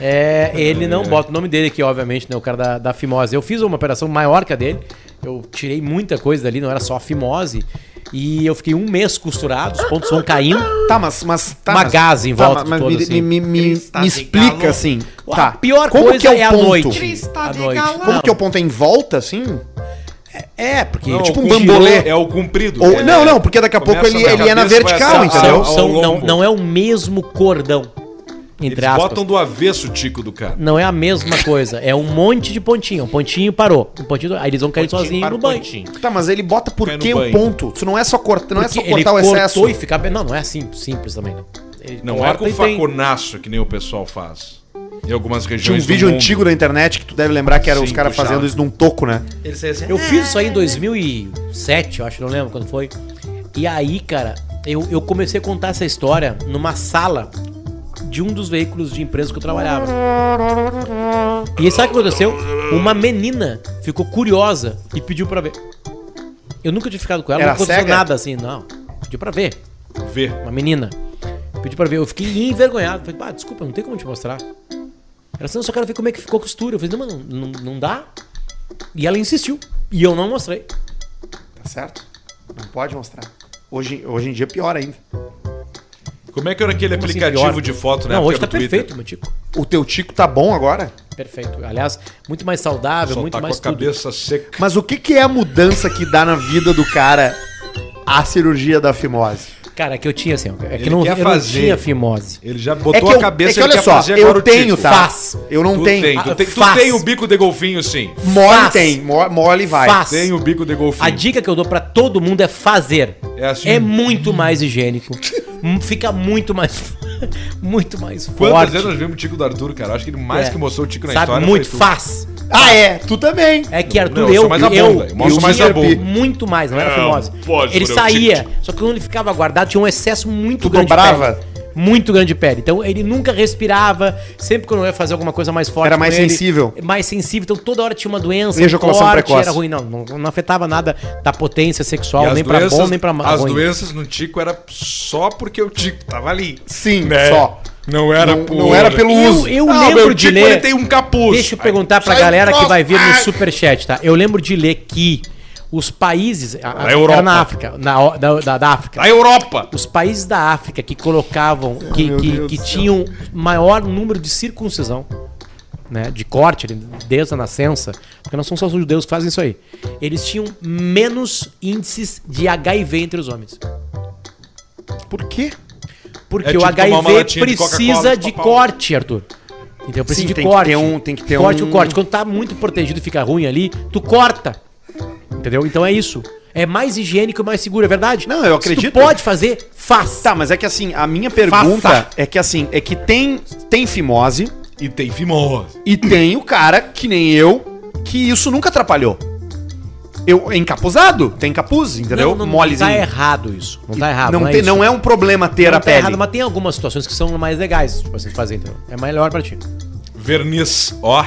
É, ele não bota o nome dele aqui, obviamente, né? O cara da, da fimose. Eu fiz uma operação maior que a dele. Eu tirei muita coisa dali, não era só a fimose. E eu fiquei um mês costurado, os pontos vão caindo. Tá, mas. mas tá, Uma mas- gás em tá, volta mas toda, me, assim. me, me- me- Crista me de explica galo. assim. A pior Como coisa que é o é, a ponto? noite. Crista A de noite. galo. Como Não, que é o ponto? É em volta, assim? É, porque Não, tipo o um girou bambolê. É o comprido. Ou- É, não, não, porque daqui a começa pouco ele- da ele é na cabeça, vai vertical, até- são, ao entendeu? são- não, lombo. não é o mesmo cordão. Entre Eles aspas. botam do avesso o tico do cara. Não é a mesma coisa. É um monte de pontinho. Um pontinho parou. Um pontinho. Aí eles vão cair sozinhos para no o banho. pontinho. Tá, mas ele bota por Cai no que o banho. ponto? Isso não é só cortar, não é só Porque ele cortar o excesso. cortou e fica. Não, não é assim, simples também. Não, Ele Não é corta com e tem- faconaço que nem o pessoal faz. Em algumas Tinha um regiões vídeo do mundo. antigo da internet que tu deve lembrar que era Sim, os caras puxado. fazendo isso num toco, né? Eu fiz isso aí em 2007, eu acho, não lembro quando foi. E aí, cara, eu, eu comecei a contar essa história numa sala de um dos veículos de empresa que eu trabalhava. E sabe o que aconteceu? Uma menina ficou curiosa e pediu pra ver. Eu nunca tinha ficado com ela, Era não aconteceu cega? nada assim, não. Pediu pra ver. Vê. uma menina. Pediu pra ver, eu fiquei envergonhado. Falei, ah, desculpa, não tem como te mostrar. Ela disse, não, só quero ver como é que ficou a costura. Eu falei, não, mano, não, não dá. E ela insistiu. E eu não mostrei. Assim, Tá certo? Não pode mostrar. Hoje, hoje em dia é pior ainda. Como é que era aquele assim, aplicativo pior? de foto, né? não, hoje tá Porque era do perfeito, Twitter. meu tico. O teu tico tá bom agora? Perfeito. Aliás, muito mais saudável, Só muito tá mais com a tudo. cabeça seca. Mas o que, que é a mudança que dá na vida do cara a cirurgia da fimose? Cara, é que eu tinha assim, ó, é que Ele não, quer eu não fazer. tinha fimose. Ele já botou eu- a cabeça é que ele olha quer só, fazer agora eu o tenho, tico. tá? Faz. Eu não Tu tenho. tem, tu, tem, tu Faz. tem o bico de golfinho, sim. Mole Faz. tem, mo- mole vai. Faz. Tem o bico de golfinho. A dica que eu dou pra todo mundo é fazer. É assim. muito mais higiênico. Hum, Fica muito mais. muito mais Quantas forte. vezes nós vimos o Tico do Arthur, cara? Acho que ele mais É. que mostrou o Tico na Sabe, história. muito. foi tu. Faz. Ah, é, tu também. É que Arthur, não, eu eu, sou mais a eu, bunda, eu mostro mais a tinha bunda. É, muito mais, não era Não, fimose. pode, ele por eu saía, tique. só que quando ele ficava guardado tinha um excesso muito Tu grande dobrava? de pele. Muito grande de pele. Então ele nunca respirava, sempre quando eu ia fazer alguma coisa mais forte Era com mais ele, sensível. mais sensível, então toda hora tinha uma doença, E ejaculação corte, precoce. era ruim, não, não, não afetava nada da potência E sexual, as nem pra doenças- bom, nem pra ma- As ruim. doenças no Tico era só porque o Tico tava ali. Sim, né? só. Não era Ah, Não- não era pelo Eu, eu lembro de ler. ele tem um capuz. Deixa eu Aí perguntar pra sai um galera que troço. vai vir no Ah, superchat, tá? Eu lembro de ler que os países. a- a- Europa. Era na África. Na, da, da- da África. A Europa. Os países da África que colocavam, que, meu que, Deus que do céu. tinham maior número de circuncisão, né, de corte, ali, desde a nascença, porque não são só os judeus que fazem isso aí. Eles tinham menos índices de HIV entre os homens. Por quê? Porque É tipo o tomar uma HIV latinha de precisa Coca-Cola de, de papau. corte, Arthur. Então precisa tipo Sim, de tem que corte. ter um- tem que ter corte um- com corte. Quando tá muito protegido e fica ruim ali, tu corta. Entendeu? Então é isso. É mais higiênico e mais seguro, é verdade? Não, eu acredito. Se tu pode fazer, faz. Tá, mas é que assim, a minha pergunta Faça. é que assim, é que tem, tem fimose E tem fimose. e tem o cara, que nem eu, que isso nunca atrapalhou. Eu, é encapuzado, tem capuz, entendeu? Não, não, não Molezinho. tá errado isso. Não tá errado. não, é tem- isso. não é um problema ter Não a tá pele. errado, mas tem algumas situações que são mais legais tipo, assim, de fazer, entendeu? É melhor pra ti. Verniz, ó.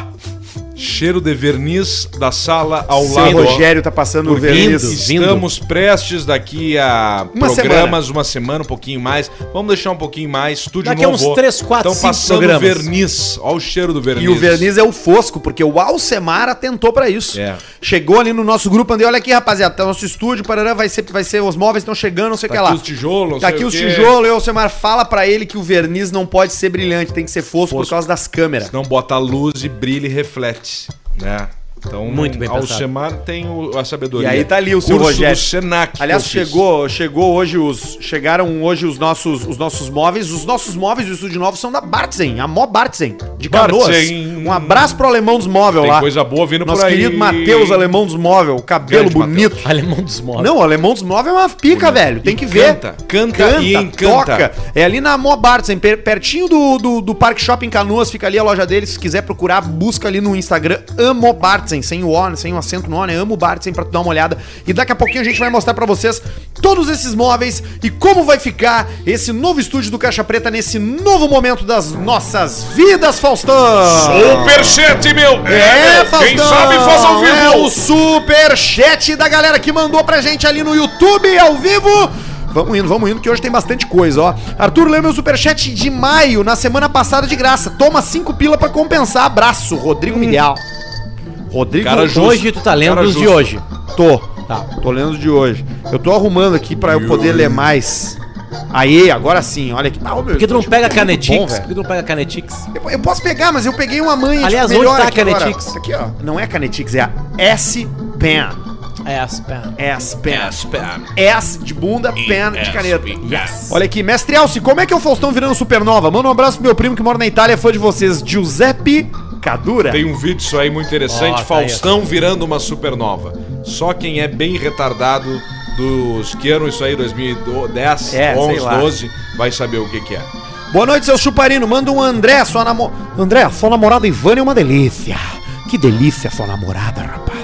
Cheiro de verniz da sala ao Seu lado. ó. Rogério tá passando o Porque verniz. vindo. estamos prestes daqui a Uma programas, uma semana, um pouquinho mais. Vamos deixar um pouquinho mais. Estúdio Daqui a uns novo. ó. três, quatro, Tão cinco passando programas. verniz. Olha o cheiro do verniz. E o verniz é o fosco, porque o Alcemar atentou pra isso. É. Chegou ali no nosso grupo, andei, olha aqui, rapaziada, tá nosso estúdio, parará, vai ser, vai ser, os móveis estão chegando, não sei o que Tá lá. aqui os tijolos. não Tá sei aqui o os quê. tijolos, e o Alcemar fala pra ele que o verniz não pode ser brilhante, tem que ser fosco, por Fosco. causa das câmeras. Senão bota a luz e brilha e reflete, né? Então, Muito bem pensado. Alcemar tem o- a sabedoria. E aí tá ali o seu Curso Rogério. do Senac. Aliás, que eu fiz. chegou, chegou hoje os. Chegaram hoje os nossos, os nossos móveis. Os nossos móveis do Estúdio Novo são da Bartzen, a Mó Bartzen, de Canoas. Bartzen. Um abraço pro Alemão dos Móvel Tem lá. coisa boa vindo Nosso por aí. querido Matheus Alemão dos Móvel, cabelo Grande Matheus. bonito. Alemão dos móveis. Não, o Alemão dos Móvel é uma pica, velho. Tem E que ver. canta, canta e encanta. É ali na Mó Bartzen, per- pertinho do, do, do Parque Shopping Canoas, fica ali a loja deles. Se quiser procurar, busca ali no Instagram Amo Bartzen. Bartzen, sem o O, sem o acento no O, né? Amo Bartzen pra tu dar uma olhada. E daqui a pouquinho a gente vai mostrar pra vocês todos esses móveis e como vai ficar esse novo estúdio do Caixa Preta nesse novo momento das nossas vidas, Faustão! Superchat, meu! É, meu, Faustão! Quem sabe faça um ao vivo! É o superchat da galera que mandou pra gente ali no YouTube ao vivo! Vamos indo, vamos indo, que hoje tem bastante coisa, ó. Arthur leu meu superchat de maio, na semana passada de graça. Toma cinco pila pra compensar. Abraço, Rodrigo Miguel. Rodrigo Cara justo. Hoje tu tá lendo Cara os de justo. hoje. Tô. Tá. Tô lendo de hoje. Eu tô arrumando aqui pra eu poder ler mais. Aê, agora sim, olha aqui. Ah, ô, meu, Por que tu não hoje pega tá muito bom, Canetix? velho. Por que tu não pega Canetix? Eu, eu posso pegar, mas eu peguei uma mãe. tipo, Aliás, onde melhor tá a aqui agora. Canetix? Aqui, ó. Não é Canetix, é a S-Pen. É, as pernas. S-Pen. S de bunda, pen de caneta. Yes. Olha aqui, mestre Alce, como é que é o Faustão virando supernova? Manda um abraço pro meu primo que mora na Itália, fã de vocês, Giuseppe Cadura. Tem um vídeo isso aí muito Ó, interessante, tá Faustão virando uma supernova. Só quem é bem retardado dos que ano isso aí, 2010, É, sei 11, lá. 12, vai saber o que que é. Boa noite, seu chuparino. Manda um André, sua namorada. André, sua namorada Ivana é uma delícia. Que delícia sua namorada, rapaz.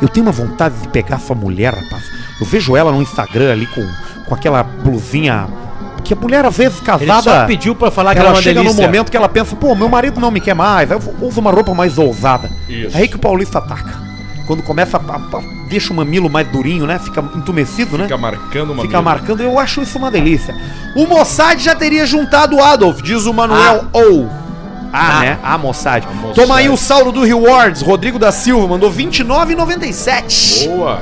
Eu tenho uma vontade de pegar sua mulher, rapaz. Eu vejo ela no Instagram ali com, com aquela blusinha. Que a mulher, às vezes, Ele casada. só pediu pra falar que ela era uma chega delícia. num momento que ela pensa, pô, meu marido não me quer mais, eu uso uma roupa mais ousada. Isso. É aí que o paulista ataca. Quando começa a, a- a- deixa o mamilo mais durinho, né? Fica entumecido, né? Fica marcando uma Fica mina. marcando, eu acho isso uma delícia. O Mossad já teria juntado o Adolf, diz o Manuel Ou. Ah, né? Ah, Mossad. Mossad. Toma aí o saldo do Rewards. Rodrigo da Silva mandou 29,97. Boa.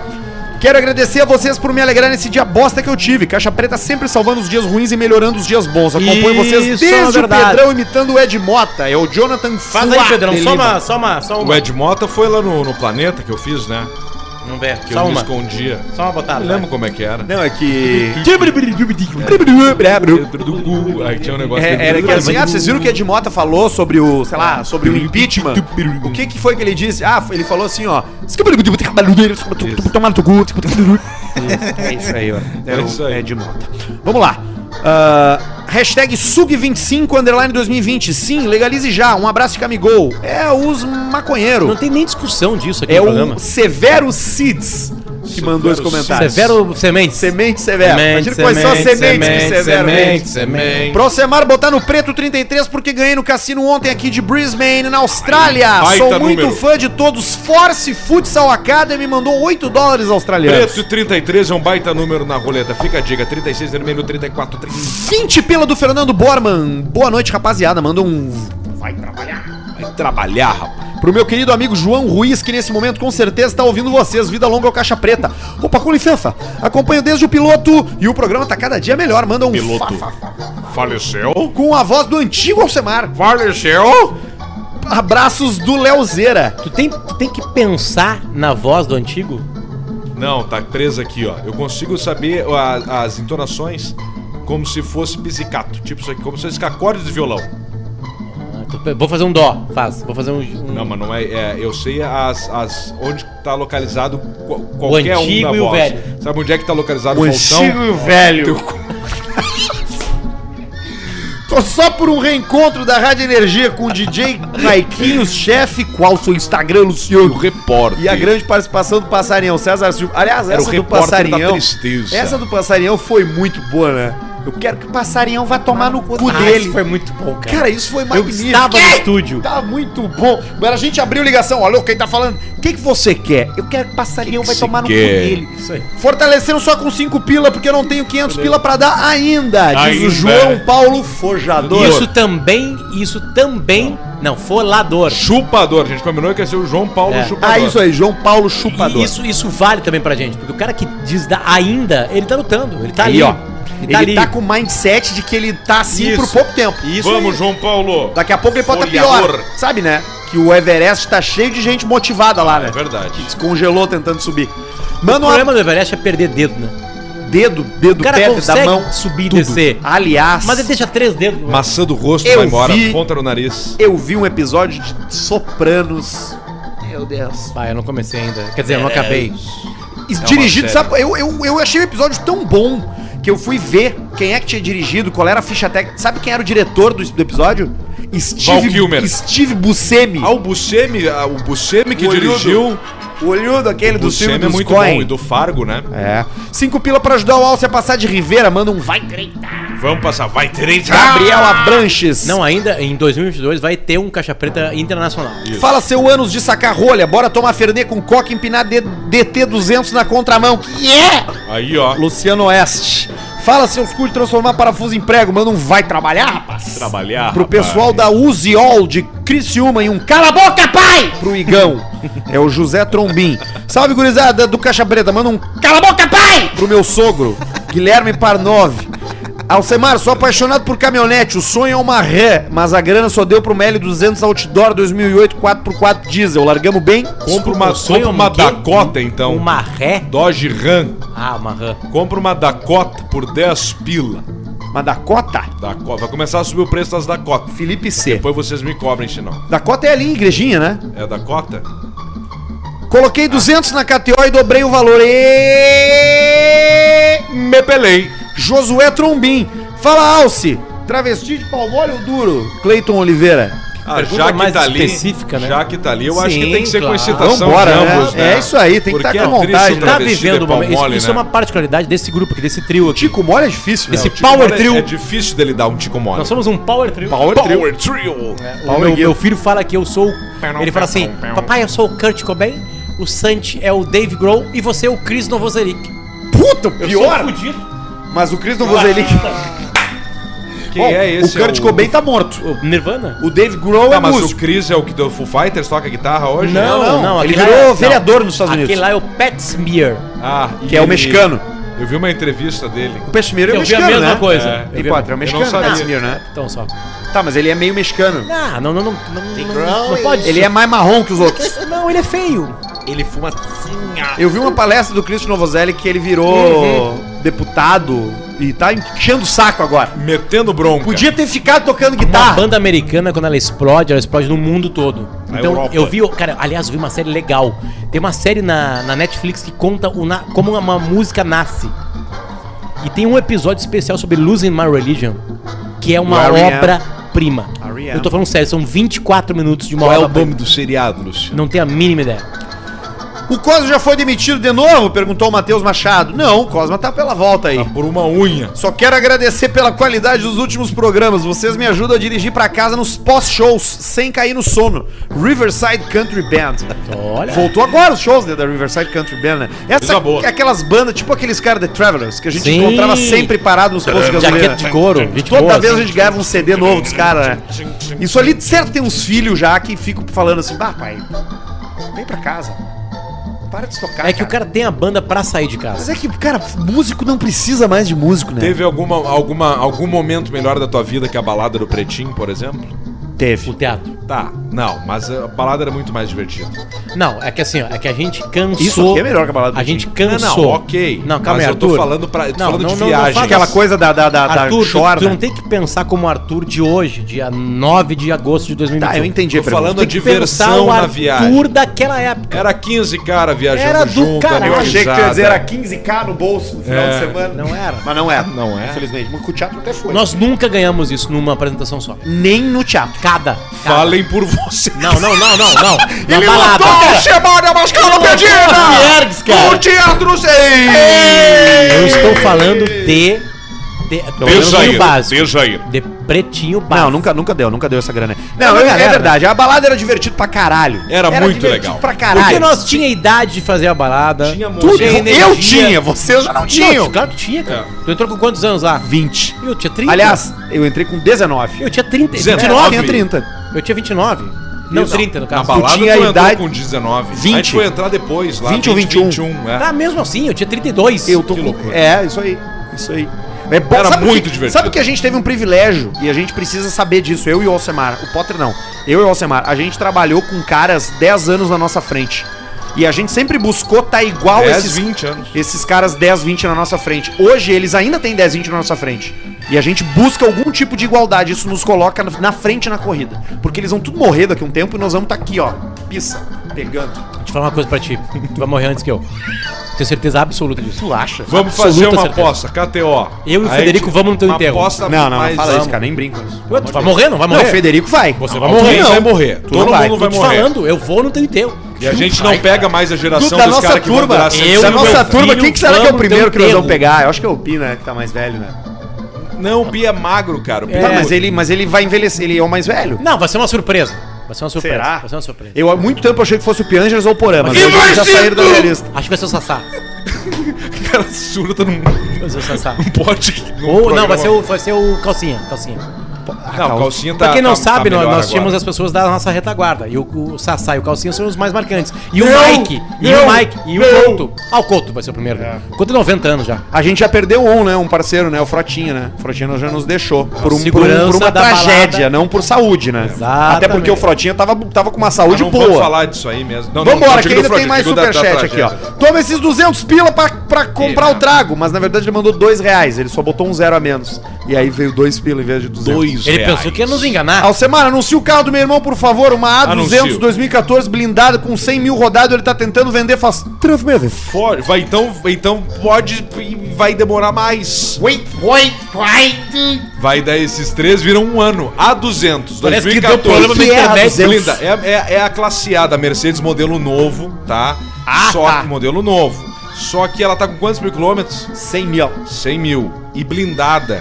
Quero agradecer a vocês por me alegrar nesse dia bosta que eu tive. Caixa Preta sempre salvando os dias ruins e melhorando os dias bons. Acompanho vocês Isso é desde o verdade. Pedrão imitando o Ed Mota. É o Jonathan Faz aí, Fuá Pedrão. Só Delivery. uma, só uma, só O uma. Ed Mota foi lá no, no planeta que eu fiz, né? Não vê. Que Só eu me uma. escondia. Só uma Não botada. lembro como é que era. Não, é que... Dentro do cu. Aí tinha um negócio dentro É, era do que cu. assim, ah, vocês viram que Ed Mota falou sobre o, sei lá, sobre o impeachment? O que que foi que ele disse? Ah, ele falou assim, ó. É isso aí, ó. É isso aí. Ed Mota. Vamos lá. Ah, hashtag SUG25 underline 2020. Sim, legalize já. Um abraço de Camigol. É os maconheiros. Não tem nem discussão disso aqui É no o programa. Severo Cids que mandou esse comentário. Severo Sementes. Semente Severo. Imagina quais são as sementes que Severo fez. semente. Procemar botar no preto 33 porque ganhei no cassino ontem aqui de Brisbane, na Austrália. Ai, Sou baita muito número. fã de todos. Force Futsal Academy mandou 8 dólares australianos. Preto e 33 é um baita número na roleta. Fica a dica: 36 vermelho, 34 30. 20 pila do Fernando Borman. Boa noite, rapaziada. Manda um. Vai trabalhar. Vai trabalhar, rapaz. Pro meu querido amigo João Ruiz, que nesse momento com certeza tá ouvindo vocês. Vida longa ao Caixa Preta. Opa, com licença. Acompanho desde o piloto e o programa tá cada dia melhor. Manda um. Piloto. fa- fa- Faleceu? Com a voz do antigo Alcemar. Faleceu? Abraços do Leozeira. Tu tem, tu tem que pensar na voz do antigo? Não, tá preso aqui, ó. Eu consigo saber a- as entonações como se fosse pizzicato. Tipo isso aqui, como se fosse acordes de violão. Ah, tu- Vou fazer um dó, faz. Vou fazer um. um- Não, mas não é. é, eu sei as, as, onde tá localizado qual- O qualquer um antigo da e o voz. velho. Sabe onde é que tá localizado o Faustão? Antigo velho. Tô só por um reencontro da Rádio Energia com o DJ Maiquinhos, chefe, qual seu Instagram, O Luciano? repórter. E a grande participação do Passarinhão, César Silva. Aliás, Era o essa do repórter da Passarinhão. tristeza. Essa do Passarinhão foi muito boa, né? Eu quero que o Passarinhão vá tomar no cu Ah, dele. isso foi muito bom, cara. Cara, isso foi eu magnífico. estava no Que? estúdio. Tá muito bom. Mas a gente abriu ligação. Olha quem tá falando. O que, que você quer? Eu quero que o passarinho vai você tomar no cu quer? dele. Isso aí. Fortaleceram só com 5 pila, porque eu não tenho 500 pila pra dar ainda. Diz o Ainda. João Paulo Forjador. Isso também, isso também. Não, folador. Chupador. A gente combinou que ia ser o João Paulo É. Chupador. Ah, isso aí, João Paulo Chupador. E isso, isso vale também pra gente, porque o cara que diz da- ainda, ele tá lutando, ele tá Aí, ali. ó. Ele tá ali. com o mindset de que ele tá assim Isso. por pouco tempo. Isso Vamos, aí. João Paulo. Daqui a pouco ele pode estar Folhador. pior. Sabe, né? Que o Everest tá cheio de gente motivada lá, né? É verdade. Descongelou tentando subir. O Manda um problema do Everest é perder dedo, né? dedo, dedo, O cara pé, da consegue mão. subir e tudo. descer. Aliás, Mas é ele deixa três dedos. né? Maçã do rosto Eu vai embora, vi- ponta no nariz. eu vi um episódio de Sopranos. Meu Deus. Ah, eu não comecei ainda. Quer dizer, eu não acabei. É dirigido, série. sabe? Eu, eu, eu achei o episódio tão bom que eu fui ver quem é que tinha dirigido, qual era a ficha técnica. Sabe quem era o diretor do, do episódio? Val Kilmer. Steve, Steve Buscemi. Ah, o Buscemi, ah, o Buscemi que dirigiu. O olhudo aquele do Buscemi filme é dos muito bom. E Coen. do Fargo, né? É. Cinco pila pra ajudar o Alce a passar de Rivera. Manda um vai treinar. Vamos passar. Vai, três. ah! Gabriel Abranches. Não, ainda em 2022 vai ter um Caixa Preta internacional. é Fala seu anos de sacar rolha. Bora tomar Fernê com coca e empinar D- DT200 na contramão. Que é? Aí, ó. Luciano Oeste. Fala seus cu de transformar parafuso em prego. Manda um vai trabalhar, rapaz. Trabalhar. Pro rapaz. pessoal da Uziol de Criciúma e um cala a boca, pai! Pro Igão. É o José Trombim. Salve, gurizada do Caixa Preta. Manda um cala a boca, pai! Pro meu sogro, Guilherme Parnov. Alcemar, sou apaixonado por caminhonete. O sonho é uma ré, mas a grana só deu pro Meli 200 Outdoor 2008 4x4 diesel. Largamos bem? Compra uma, Sonho compra uma um quê? Dakota, então. Uma ré? Dodge Ram. Ah, uma rã. Compra uma Dakota por 10 pila. Mas Dakota? Dakota. Vai começar a subir o preço das Dakota. Felipe C. Depois vocês me cobrem, senão. Dakota é ali, igrejinha, né? É a Dakota? Coloquei 200 na KTO e dobrei o valor. E... Me pelei. Josué Trombim. Fala, Alce. Travesti de palmóleo duro. Cleiton Oliveira. Ah, pergunta já que mais tá ali, específica, né? já que tá ali, eu acho que Sim, tem que ser claro. com excitação Vambora, de né? ambos, né? É isso aí, tem que Porque tá com a atriz do vontade, né? Tá travesti vivendo é uma... pau Isso, mole, isso né? é uma particularidade desse grupo aqui, desse trio aqui. Tico mole é difícil, né? Esse O Tico power mole- trio. É difícil de lidar um tico mole. Nós somos um power trio. É. Power Trio. O meu, meu filho fala que eu sou. o- Ele fala assim: Papai, eu sou o Kurt Cobain, o Santi é o Dave Grohl e você é o Chris Novoselic. Puta, o Eu sou pior. fudido. Mas o Chris Novoselic... Quem é esse? O Kurt É Cobain tá morto. O Nirvana? O Dave Grohl é Tá, mas músico. o Chris é o que do Foo Fighters toca guitarra hoje? Não, não, ele aquele virou lá é- vereador nos Estados Aquele Unidos. lá é o Pat Smear. Ah, Que é o mexicano. Eu vi uma entrevista dele. O Peshmir é Eu vi a mexicano, mesma né? coisa. É. Eu vi E a- quatro, é o Eu não mexicano, sabia. Peshmir, né? Então só. Tá, mas ele é meio mexicano. Ah, não, não, não. Não, não, não, não pode. Ele é mais marrom que os outros. Não, ele é feio. Ele fuma tinha. Eu vi uma palestra do Cristo Novoselli que ele virou deputado e tá enchendo o saco agora. Metendo bronca. Podia ter ficado tocando Uma guitarra. banda americana, quando ela explode, ela explode no mundo todo. Na Então, Europa. eu vi, cara, aliás, eu vi uma série legal. Tem uma série na, na Netflix que conta o na- como uma, uma música nasce. E tem um episódio especial sobre Losing My Religion, que é uma Do R.E.M.. obra-prima. R.E.M.. Eu tô falando sério, são 24 minutos de uma Qual é o obra-prima. nome do seriado, Luciano? Não tenho a mínima ideia. O Cosma já foi demitido de novo? Perguntou o Matheus Machado. Não, o Cosma tá pela volta aí. Tá por uma unha. Só quero agradecer pela qualidade dos últimos programas. Vocês me ajudam a dirigir pra casa nos pós-shows, sem cair no sono. Riverside Country Band. Olha. Voltou agora os shows né, da Riverside Country Band, né? Essa, Coisa boa. aquelas bandas, tipo aqueles caras The Travelers, que a gente Sim. encontrava sempre parado nos postos de gasolina. Jaqueta de couro. Gente Toda boa, vez a assim. gente ganhava um CD novo dos caras, né? Isso ali, certo, tem uns filhos já que ficam falando assim, bah, pai, vem pra casa. Para de tocar. É que o cara tem a banda pra sair de casa. Mas é que, cara, músico não precisa mais de músico, É. né? Teve alguma, alguma, algum momento melhor da tua vida que a balada do Pretinho, por exemplo? é O teatro. Tá, não, mas a balada era muito mais divertida. Não, é que assim, ó, é que a gente cansou. Isso aqui é melhor que a balada do A gente Não, cansou. não, ok. Não, calma mas aí, eu tô Arthur. falando, pra, eu tô Não, falando não, de não, não viagem. fala Aquela coisa da, da, da, né? da Arthur, tu, chorna. tu não tem que um pensar como Arthur de hoje, dia 9 de agosto de 2021. Tá, eu entendi. Tô a pergunta. falando Tem de que pensar diversão o na Arthur viagem. daquela época. Era 15 cara viajando Era do junto, caralho. dando Eu achei que tu ia risada. dizer era 15k no bolso no final É. de semana. Não era. Mas não era. Não é? Infelizmente. Mas com o teatro até foi. Nós nunca ganhamos isso numa apresentação só. Nem no teatro. Cada. cada. Falem por você. Não, não, não, não, não. Na Ele Tá balada. Semana Mascala Viergues, cara. O teatro sei! Eu estou falando de. de pelo menos no básico. Desair. De pretinho básico. Não, nunca, nunca deu, nunca deu essa grana. aí. Não, Não, é, mas é galera, verdade. A balada era divertido pra caralho. Era muito divertido legal. Pra Porque caralho. nós tinha idade de fazer a balada. Tinha tudo. tinha Eu tinha, vocês já não tinham. Não, claro que tinha, cara. É. Tu entrou com quantos anos lá? 20. Eu tinha 30. Aliás, eu entrei com 19. eu tinha 30. 19. 29. 30. Eu tinha 29. Não, 30 no Na caso. balada tu, tinha a entrou idade- com 19. A 20. gente foi entrar depois lá. 20 ou 21 é. Tá, mesmo assim, eu tinha 32. Eu tô Que com... loucura. É, isso aí. Isso aí. É bom, Era sabe muito que, divertido. Sabe que a gente teve um privilégio e a gente precisa saber disso. Eu e o Alcemar. O Potter não. Eu e o Alcemar. A gente trabalhou com caras 10 anos na nossa frente. E a gente sempre buscou tá igual 10, esses 20 anos. esses caras 10, 20 na nossa frente. Hoje eles ainda têm 10, 20 na nossa frente. E a gente busca algum tipo de igualdade. Isso nos coloca na frente na corrida. Porque eles vão tudo morrer daqui a um tempo e nós vamos estar aqui, ó. Pissa, pegando. Deixa eu falar uma coisa pra ti. Tu vai morrer antes que eu. Tenho certeza absoluta disso. Tu acha? Vamos Absoluta fazer uma certeza. aposta, KTO. Eu e o Aí Federico te- vamos no teu uma enterro. Aposta Não, não, não mais- fala isso, cara. Nem brinca com isso. Ué, tu vai morrer? Não vai morrer? Não, o Federico vai. Você vai Alguém morrer. vai morrer. não Todo vai, mundo Tô vai te morrer. falando, eu vou no teu enterro. E a gente não pega mais a geração da nossa caras que vão turma. durar Eu 150 Da nossa meu turma, filho, quem que será que é o vamos primeiro ter que nós vamos enterro. pegar? Eu acho que é o Pina, né, que tá mais velho, né? Não, o Pi é magro, cara. O Pi Tá, é- mas ele, mas ele vai envelhecer, ele é o mais velho. Não, vai ser uma surpresa. Vai ser uma surpresa. Será? Vai ser uma surpresa. Eu há muito tempo achei que fosse o Piangers ou o Porã, mas E hoje vai eles já ser saíram da tu! minha lista. Acho que vai ser o Sassá. O é cara surta num Vai ser o Sassá. pote. num Ou, não, programa. vai ser, o, vai ser o Calcinha. Calcinha. Não, o calcinha tá. pra quem não tá- tá sabe, nós, melhor nós agora. tínhamos as pessoas da nossa retaguarda. E o, o Sassá e o Calcinha são os mais marcantes. E o Não! Mike. E Não! o Mike. E o Couto. Ah, o Couto vai ser o primeiro. É. O Couto tem 90 anos já. A gente já perdeu um, né? Um parceiro, né? O Frotinha, né? O Frotinha já nos deixou. Por, um, por, um- por Segurança uma da tragédia, balada. não por saúde, né? Exatamente. Até porque o Frotinha tava, tava com uma Ah, saúde não vamos boa. falar disso aí mesmo. Não, não, não digo Vambora, que do ainda Frota, tem mais digo da- da superchat aqui, ó. tragédia. Toma esses 200 pila pra, pra comprar Ih, o trago. Mas na verdade ele mandou dois reais, ele só botou um zero a menos. E aí veio dois pila em vez de 200. Dois Ele reais. pensou que ia nos enganar. Alcemar, anuncia o carro do meu irmão, por favor. Uma A200 Anuncio. 2014 blindada com 100 mil rodado. Ele tá tentando vender faz três meses. Fora- Vai, então, então pode. Vai demorar mais. Wait, wait, wait. Vai dar esses três, viram um ano. A 200, Parece que 2014. deu problema na Que é a internet. 200? Linda, é, é, é a classe A da Mercedes modelo novo, tá? Ah, Só tá. que modelo novo. Só que ela tá com quantos mil quilômetros? 100 mil. 100 mil. E blindada.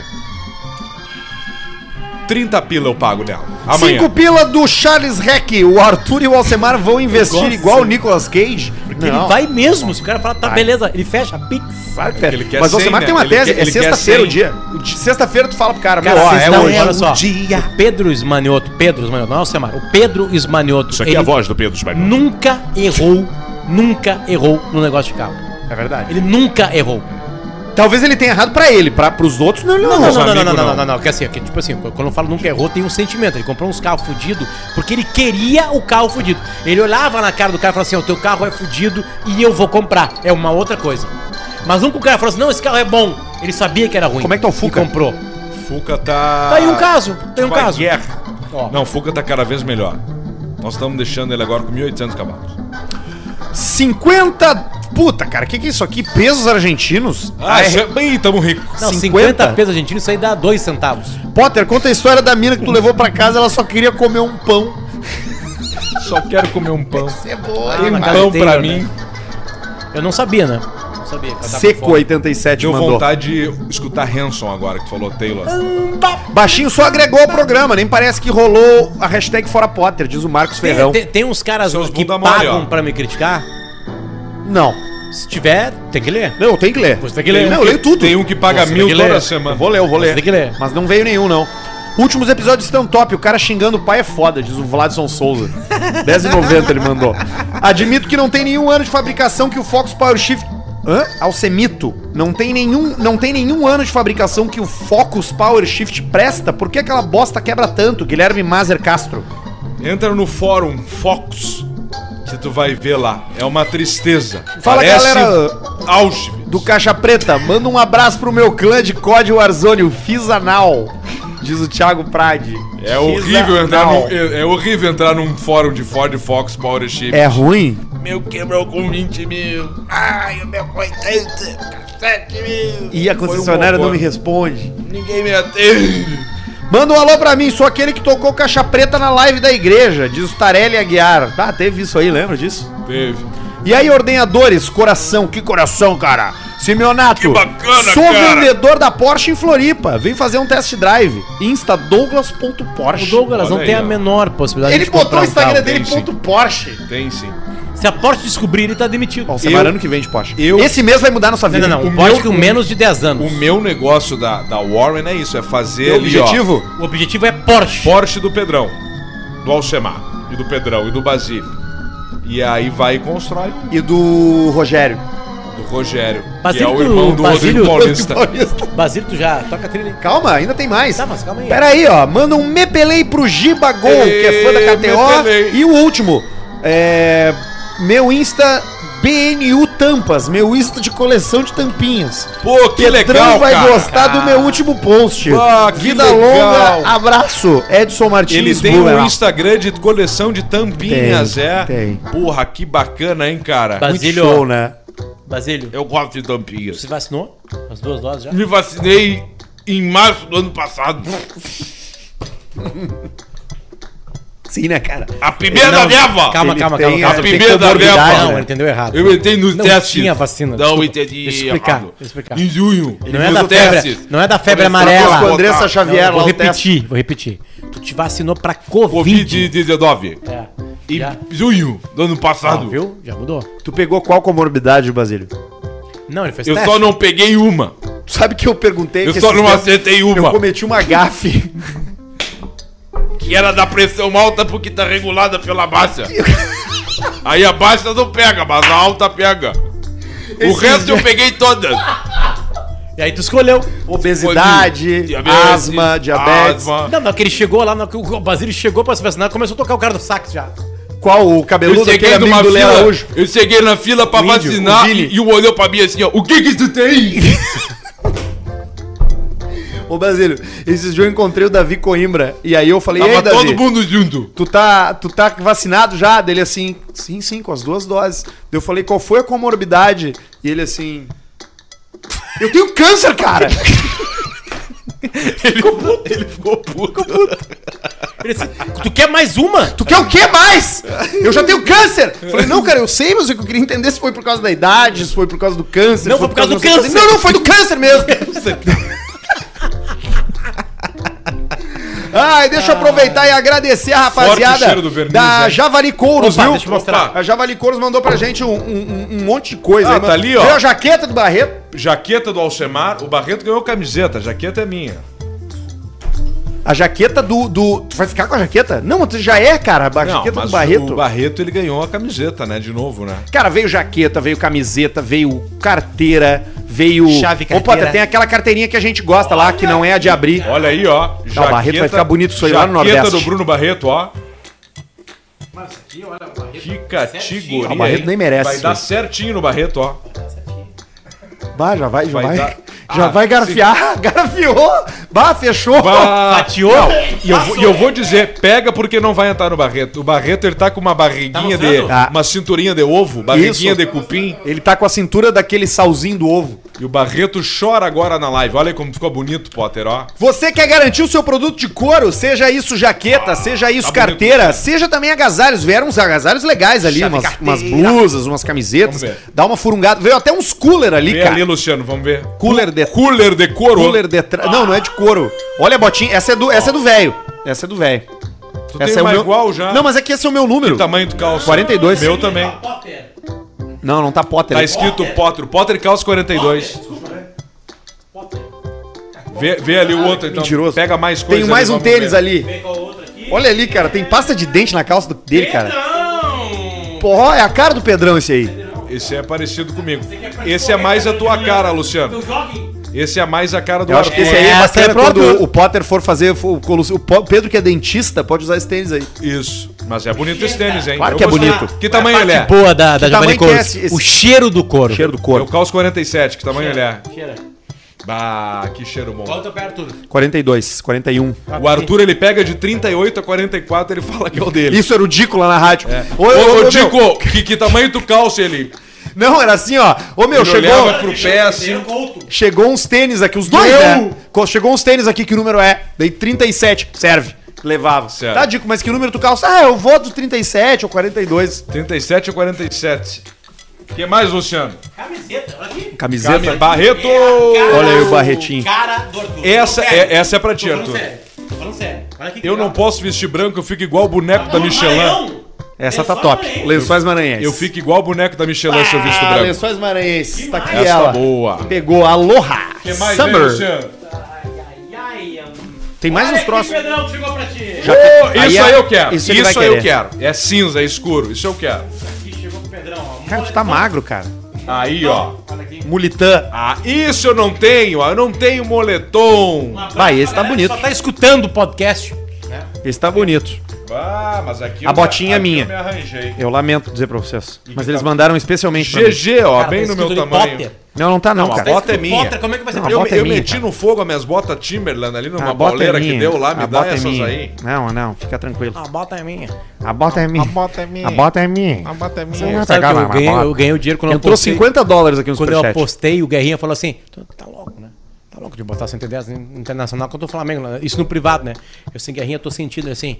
30 pila eu pago dela. Amanhã. Cinco pila do Charles Heck. O Arthur e o Alcemar vão investir Nossa. igual o Nicolas Cage. Porque Ele vai mesmo. Se o cara falar, tá beleza, ele fecha a Pix. Vai, Porque ele quer Mas o 100, Alcemar né? tem uma Ele tese. quer- é ele quer sexta-feira o 100. dia. De Sexta-feira tu fala pro cara, Cara, meu, ó, vocês é não- hoje. olha um só. dia. O Pedro Esmanioto, Pedro Esmanioto, não é o Semar, o Pedro Esmanioto. Isso aqui é a ele voz do Pedro Spagnuolo. Nunca errou, nunca errou no negócio de carro. É verdade. Ele nunca errou. Talvez ele tenha errado pra ele, pra, pros outros não, ele Não, não. não, errou. não, não, não, amigo, não, não. não, não, não, que assim, que, tipo assim, quando eu falo nunca errou, tem um sentimento. Ele comprou uns carros fudidos porque ele queria o carro fudido. Ele olhava na cara do cara e falava assim: o teu carro é fudido e eu vou comprar. É uma outra coisa. Mas nunca o cara falou assim: não, esse carro é bom. Ele sabia que era ruim. Como é que tá o Fuca? Ah, E comprou. Fuca tá. Tá aí um caso, tem um Uma caso. guerra. Ó. Não, Fuca tá cada vez melhor. Nós estamos deixando ele agora com 1.800 cavalos. 50. Puta, cara, que que é isso aqui? Pesos argentinos? Ah, isso é... Ih, tamo rico. Não, 50, 50 pesos argentinos, isso aí dá 2 centavos. Potter, conta a história da mina que tu levou pra casa, ela só queria comer um pão. Só quero comer um pão. Ah, Tem na um casa pão do Taylor, pra né? mim. Eu não sabia, né? Não sabia. que ela tava com fome. Seco87 Deu mandou. Ah, vontade de escutar Hanson agora, que falou Taylor. Baixinho só agregou o programa, nem parece que rolou a hashtag Fora Potter, diz o Marcos Ferrão. Tem, tem- tem uns caras São os que bunda pagam mole, ó. pra me criticar. Não. Se tiver, tem que ler. Não, tem que ler. Você tem que ler. Não, eu leio tudo. Tem um que paga Você mil tem que toda ler. semana. Eu vou ler, eu vou Você ler. tem que ler. Mas não veio nenhum, não. Últimos episódios estão top. O cara xingando o pai é foda, diz o Vladson Souza. 10,90 ele mandou. Admito que não tem nenhum ano de fabricação que o Fox Power Shift. Hã? Alcemito. Não tem, nenhum, não tem nenhum ano de fabricação que o Focus Power Shift presta. Por que aquela bosta quebra tanto, Guilherme Mazer Castro? Entra no fórum Focus, que tu vai ver lá. É uma tristeza. Fala, galera Auschwitz. do Caixa Preta. Manda um abraço pro meu clã de COD Warzone, o Fizanal. Diz o Thiago Prade. É horrível, entrar Fizanal. num, é, é horrível entrar num fórum de Ford Fox Power Shift. É ruim? Meu quebrou com 20 mil. Ai, o meu foi 7 mil. E a concessionária Foi um não me horror. responde. Ninguém me atende. Manda um alô pra mim, sou aquele que tocou caixa preta na live da igreja, diz o Tarelli Aguiar. Ah, teve isso aí, lembra disso? Teve. E aí, ordenhadores, coração, que coração, cara. Simeonato, Que bacana, sou cara. vendedor da Porsche em Floripa, vem fazer um test drive. Insta douglas.porsche. O Douglas Olha não tem aí, a ó. menor possibilidade Ele botou comprar o um Instagram carro. dele, tem, ponto Porsche. Tem sim. Se a Porsche descobrir, ele tá demitido. Ó, o Não, Semarano que vende Porsche. eu- Esse mês vai mudar nossa vida. não, não. o O Porsche meu- com menos de 10 O anos. meu negócio da, da Warren é isso, é fazer Teu ali, ó, objetivo? O objetivo é Porsche. Porsche do Pedrão, do Alcemar, e do Pedrão, e do Basílio. E aí vai e constrói E do Rogério. do Rogério, Basílio que é o do- irmão do Basílio Rodrigo Paulista. Basílio, tu já toca a trilha. aí. Calma, ainda tem mais. Tá, mas calma aí. Pera aí, ó. Manda um Mepelei pro Giba Gol, que é fã da Ê, KTO. Mepelei. E o último, é. Meu Insta BNU tampas, meu Insta de coleção de tampinhas. Pô, que legal, vai cara. gostar do meu último post. Ah, que Vida legal. longa, abraço, Edson Martins. Ele tem Blumenau. um Instagram de coleção de tampinhas, Tem, é? tem. Porra, que bacana, hein, cara? Bas- Muito Basílio. show, né? Basílio, Eu gosto de tampinhas. você vacinou? As duas doses já? Me vacinei em março do ano passado. Sim, né, cara? A primeira leva! Calma, Ele calma, tem calma, calma. é, a Tem primeira comorbidade, leva. Não, ele entendeu errado. Eu entrei no Não teste. tinha vacina, Não, desculpa. entendi. Deixa eu explicar, errado. deixa eu explicar. Em junho. Não é fiz da o febre- teste. não é da febre Começou a amarela. botar. Andressa Xavier Vou lá, o teste. repetir, vou repetir. Tu te vacinou pra Covid. Covid-19. É. Em Já. junho do ano Ah, passado. viu? Já mudou. Tu pegou qual comorbidade, Basílio? Não, ele fez eu teste. só não peguei uma. Tu sabe que eu perguntei Eu que só esses não tempos acertei eu uma. cometi uma gafe. Que era da pressão alta porque tá regulada pela baixa. Aí a baixa não pega, mas a alta pega. O resto eu peguei todas. E aí tu escolheu. Obesidade, Diabetes, asma, diabetes. asma. Não, não, que ele chegou lá, na hora que o Basílio chegou pra se vacinar, começou a tocar o cara do sax já. Qual o Eu cabeludo cheguei aquele numa amigo do Léo fila, Araújo? eu cheguei na fila pra O índio, vacinar o Vini. e, e o olhou pra mim assim, ó, o que que tu tem? Ô, Basílio, esses dias eu encontrei o Davi Coimbra. E aí eu falei, e Tava aí, Davi, todo mundo junto. tu, tá, tu tá vacinado já? Dele assim, sim, sim, com as duas doses. Daí Eu falei, qual foi a comorbidade? E ele assim... Eu tenho câncer, cara! Ele ficou puto. Ele ficou puto. Ele disse, tu quer mais uma? Tu quer o que mais? Eu já tenho câncer! Eu falei, não, cara, eu sei, mas eu queria entender se foi por causa da idade, se foi por causa do câncer. Não, se foi por causa não do sei o que. câncer. Não, não, foi do câncer mesmo! Ai, deixa eu aproveitar e agradecer a Forte rapaziada cheiro do verniz, da né? Javali Couros, Opa, viu? deixa eu mostrar. A Javali Couros mandou pra gente um, um- um- um monte de coisa. Ah, aí, tá mano. ali, ó. Veio a jaqueta do Barreto. Jaqueta do Alcemar, o Barreto ganhou camiseta, a jaqueta é minha. A jaqueta do, do- Tu vai ficar com a jaqueta? Não, tu já é, cara. A Não, jaqueta mas do Barreto. o Barreto ele ganhou a camiseta, né, de novo, né? Cara, veio jaqueta, veio camiseta, veio carteira, veio. Chave, carteira. Opa, tem aquela carteirinha que a gente gosta lá, que não é a de abrir. Olha aí, ó. o Barreto vai ficar bonito isso aí lá no jaqueta Nordeste. do Bruno Barreto, ó. Que categoria. Ah, o Barreto hein? nem merece, Vai dar velho. certinho no Barreto, ó. Bah, já vai, já Vai vai. dar- Já Ah, vai garfiar. Garfiou. Bah, fechou. Fatiou? E eu, vou- e eu vou dizer, pega porque não vai entrar no Barreto. O Barreto ele tá com uma barriguinha Tá de. mostrando? Tá. Uma cinturinha de ovo, barriguinha Isso. de cupim. Ele tá com a cintura daquele salzinho do ovo. E o Barreto chora agora na live. Olha aí como ficou bonito, Potter, ó. Você quer garantir o seu produto de couro, seja isso jaqueta, seja isso tá carteira, seja também agasalhos. Vieram uns agasalhos legais ali, Chave, umas, carteira. umas blusas, umas camisetas. Vamos ver. Dá uma furungada. Veio até uns cooler ali, Vê cara. ali, Luciano, vamos ver. Cooler de Cooler de couro. Cooler de tra... Não, não é de couro. Olha a botinha. Essa é do, essa é do velho. Essa é do velho. Tu Essa tem é uma o meu... igual já. Então, Não, mas é que esse é o meu número. Tamanho do calço. 42. Meu também. Não, não tá Potter. Tá escrito Potter. Potter calça 42. né? Vê, vê ali o outro, então. Mentiroso. Pega mais coisa. Tem mais um vamos tênis ver. ali. Olha ali, cara. Tem pasta de dente na calça do- dele, cara. Porra, é a cara do Pedrão esse aí. Esse é parecido comigo. Esse é mais a tua né? cara, Luciano. Então Esse é mais a cara do Eu acho que Arthur. esse aí é Essa bacana é pro quando Arthur. o Potter for fazer... O, colo- o Po- Pedro, que é dentista, pode usar esse tênis aí. Isso. Mas é bonito esse tênis, hein? Claro Eu que é gostei. bonito. um Que tamanho ele é? Boa da, da tamanho Giovanni que é Couro. esse- O cheiro do couro. Cheiro do Eu corpo. calço 47. Que tamanho ele é? Cheira. Bah, que cheiro bom. Volta perto, Arthur. 42, 41. O assim. Arthur, ele pega de 38 a 44, ele fala que é o dele. Isso era o Dico lá na rádio. Ô, meu. ô, Dico, que, que tamanho tu calça ele? Não, era assim, ó. Ô, meu, Ele chegou... olhava pro pé assim. Chegou uns tênis aqui, os dois, Meu! né? Co- Chegou uns tênis aqui, que o número é? Dei 37. Serve. Levava. Certo. Tá, Dico, mas que número tu calça? Ah, eu vou do 37 ou 42. 37 a 47. que mais, Luciano? Camiseta, olha aqui. Camiseta. Cami Barreto! Olha aí o Barretinho. Cara do Arthur. Essa Tô falando é, essa é pra ti, sério, tô Arthur. falando sério, tô falando sério. Olha aqui que Eu não legal. posso vestir branco, eu fico igual o boneco da Não, Michelin. Maranhão. Essa tá Lençóis top. Maranhenses. Lençóis Maranhenses. Eu fico igual o boneco da Michelin se eu visto Ah, branco. Lençóis Maranhenses. Tá aqui Essa ela. boa. Pegou. Aloha. que mais, hein, Summer. Luciano? Ai, ai, ai. Tem mais Olha uns aqui, troços. Pedrão, que chegou pra ti. Ô, isso aí eu quero. é- Isso Isso, ele vai aí eu querer. quero. É cinza, é escuro. Isso eu quero. Aqui chegou pro Pedrão, ó. Cara, tu tá magro, cara. Aí, ó. Olha aqui. Mulitã. Ah, isso eu não tenho. ó. Eu não tenho moletom. Um abraço Vai, esse pra tá galera bonito. Só tá escutando o podcast. Esse tá bonito. Ah, mas aqui A botinha é aqui minha. Eu me arranjei. Eu lamento dizer pra vocês. E Mas que eles tá- mandaram especialmente pra mim. GG, ó, Cara, bem tá no meu escrito tamanho. Potter. Não, não tá não, Não, a cara. bota é minha. Potter, como é que vai ser? Não, a Eu, bota é eu minha, meti cara. no fogo as minhas botas Timberland ali A numa bota boleira é que minha. deu lá, me A dá bota é essas minha. aí. Não, não, fica tranquilo. A bota é minha. A bota é minha. A bota é minha. A bota é minha. A bota é Você não vai minha. Sabe pegar que lá, eu, mas ganhei, bota. eu ganhei o dinheiro quando eu Entrou apostei. 50 dólares aqui no Quando eu superchat. apostei, o Guerrinha falou assim: "Tu tá louco, né? Tá louco de botar 110 no internacional contra o Flamengo. né? Isso no privado, né? Eu assim, Guerrinha, eu tô sentindo assim.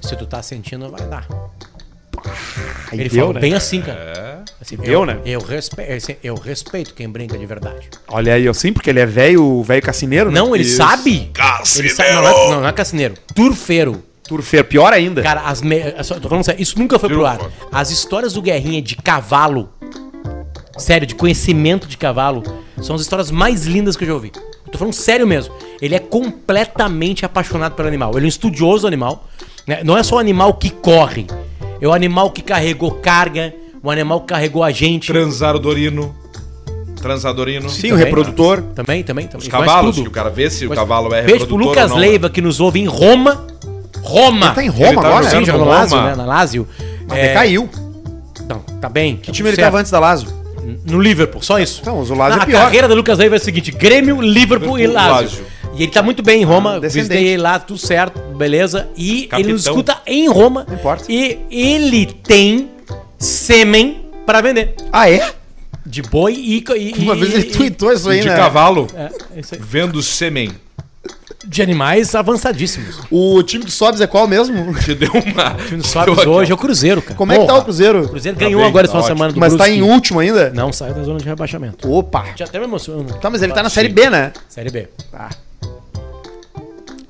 Se tu tá sentindo, vai dar. Ele deu, falou né? bem assim, cara. Assim, Deu, né? Eu, respe- assim, eu respeito quem brinca de verdade. Olha aí, eu sim, porque ele é velho, velho cassineiro, né? Não, ele Isso. sabe. Ele sabe não, é, não, não é cassineiro. Turfeiro. Turfeiro, pior ainda. Cara, as me... eu só tô falando sério, isso nunca foi pro ar. As histórias do Guerrinha de cavalo, sério, de conhecimento de cavalo, são as histórias mais lindas que eu já ouvi. Eu tô falando sério mesmo. Ele é completamente apaixonado pelo animal. Ele é um estudioso do animal. né? Não é só o animal que corre, é o animal que carregou carga, o animal que carregou a gente. Transadorino. Transadorino. Sim, o também, né? reprodutor. Também, também, também. um Os Ele faz cavalos, tudo. que o cara vê se o Mas- cavalo é Beijo pro reprodutor Lucas ou não. né? Leiva, que nos ouve em Roma. Roma! Tá em Ele Roma tá agora? jogando Sim, né? com jogou na Lazio, Roma. né? Na Lazio. Ah, Mas É, Caiu. Não, tá bem. Que time ele tava antes da Lazio? No Liverpool, só isso. Então, o Lazio Não, é pior. A carreira do Lucas Leiva é a seguinte: Grêmio, Liverpool e Liverpool, Lazio. Lazio. E ele tá muito bem em Roma, descendente. visitei ele lá, tudo certo, beleza. E Capitão. ele nos escuta em Roma. Não importa. E ele tem sêmen pra vender. Ah, é? De boi e. e Uma vez ele tweetou isso aí, De né? cavalo, É, isso aí. vendo sêmen. De animais avançadíssimos. O time do Sobs é qual mesmo? Te deu uma. Não te sabe deu aquela- hoje, é o Cruzeiro, cara. Como é que tá o Porra. Cruzeiro? O Cruzeiro ganhou bem, agora essa tá ótimo. semana do Mas tá em Brusque. último ainda? Não saiu da zona de rebaixamento. Opa! Já até me emocionou. Tá, mas ele tá na Série B, né? Série B. Tá.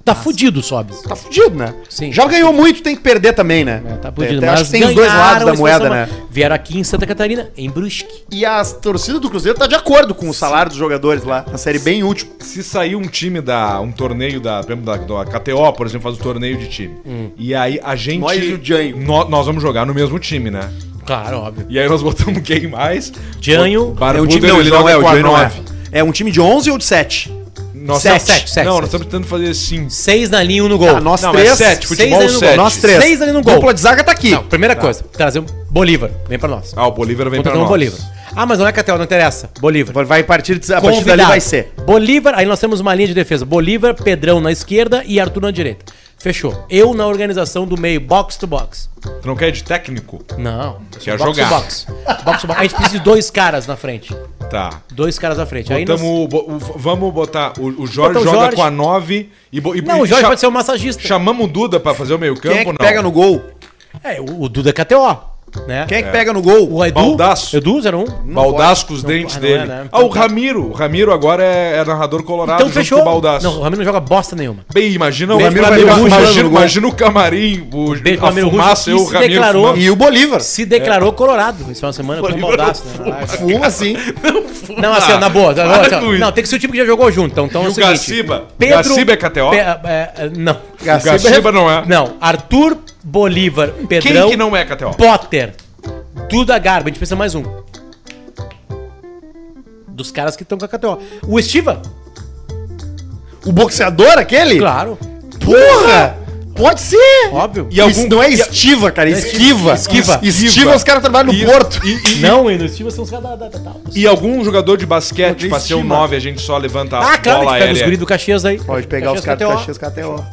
Tá fudido, sobe. Tá fudido, né? Sim. tá Já ganhou muito, tem que perder também, né? É, tá fudido, Até acho mas que tem os dois ganharam lados da a moeda, né? situação. Vieram aqui em Santa Catarina, em Brusque. E a torcida do Cruzeiro tá de acordo com o salário dos jogadores lá. Na série bem último. Se sair um time da. um torneio da. por exemplo, da, da KTO, por exemplo, faz um torneio de time. Hum. E aí a gente. Nós e o Janho. nó- nós vamos jogar no mesmo time, né? Claro, óbvio. E aí nós botamos quem mais? É, Janho. Barbudo, É um time, não, ele não é, o Janho Joey não é. 9. É um time de 11 ou de 7? Nós Sete, estamos- sete, sete, Não, sete. nós estamos tentando fazer 5. Seis na linha, um no gol. Ah, nós Não, três. é 7, futebol seis, né, 7. Nós três. Seis ali no gol. Dupla de zaga tá aqui. Não, primeira coisa, trazer um Bolívar. Vem pra nós. Ah, o Bolívar vem pra Contratamos nós. um Bolívar. Ah, mas não é Catel, não interessa. Bolívar. Vai- Vai partir de, a partir Convidado. dali vai ser. Bolívar, aí nós temos uma linha de defesa. Bolívar, Pedrão na esquerda e Arthur na direita. Fechou. Eu na organização do meio, box to box. Tu não quer de técnico? Não. Quer box jogar. To box. box to box. A gente precisa de dois caras na frente. Tá. Dois caras à frente. Aí nós- Botamos, o bo- o- vamos botar. O, o Jorge Botar o joga Jorge. com a 9 e, bo- e- Não, o e Jorge cha- pode ser o massagista. Chamamos o Duda pra fazer o meio-campo, Quem é que não? pega no gol? É, o, o Duda é KTO, né? Quem é que pega no gol? O Edu, Baldaço. Edu 01. Baldaço com os Não dentes pode, não dele. é, né? Ah, o Ramiro. O Ramiro agora é, é narrador colorado Então fechou. o Baldaço. Não, o Ramiro não joga bosta nenhuma. Bem, imagina o Beijo Ramiro. pro Imagina, Ramiro Russo, imagina, falando no gol. o camarim, o, Beijo pro a Ramiro Russo, fumaça, eu, o que se Ramiro declarou. fumando. E o Bolívar. Se declarou colorado. Isso é uma semana com o Baldaço, um né? Na live. Fuma assim. sim. Não, assim, ó, na boa. na boa, Para assim, ó. com isso. não, tem que ser o time que já jogou junto. Então, então E é o o seguinte. Gaciba? Pedro, Gaciba é KTO? Pe- é, é, não. O Gaciba não é. Não. Arthur, Bolívar, Quem Pedrão, que não é, KTO? Potter, Duda Garba. A gente precisa mais um. Dos caras que estão com a KTO. O Estiva? O boxeador aquele? Claro. Porra! Pode ser! Óbvio. E algum... Isso não é estiva, cara. é Esquiva. Esquiva. Esquiva, os caras trabalham no E- Porto. E, e- Não, e no Estiva são os caras da, da, da, da- e algum jogador de basquete Não pra ser um estima. 9, a gente só levanta a Ah, claro, bola a gente pega os aérea. guri do Caxias aí. Pode pegar os caras do KTO. Caxias KTO.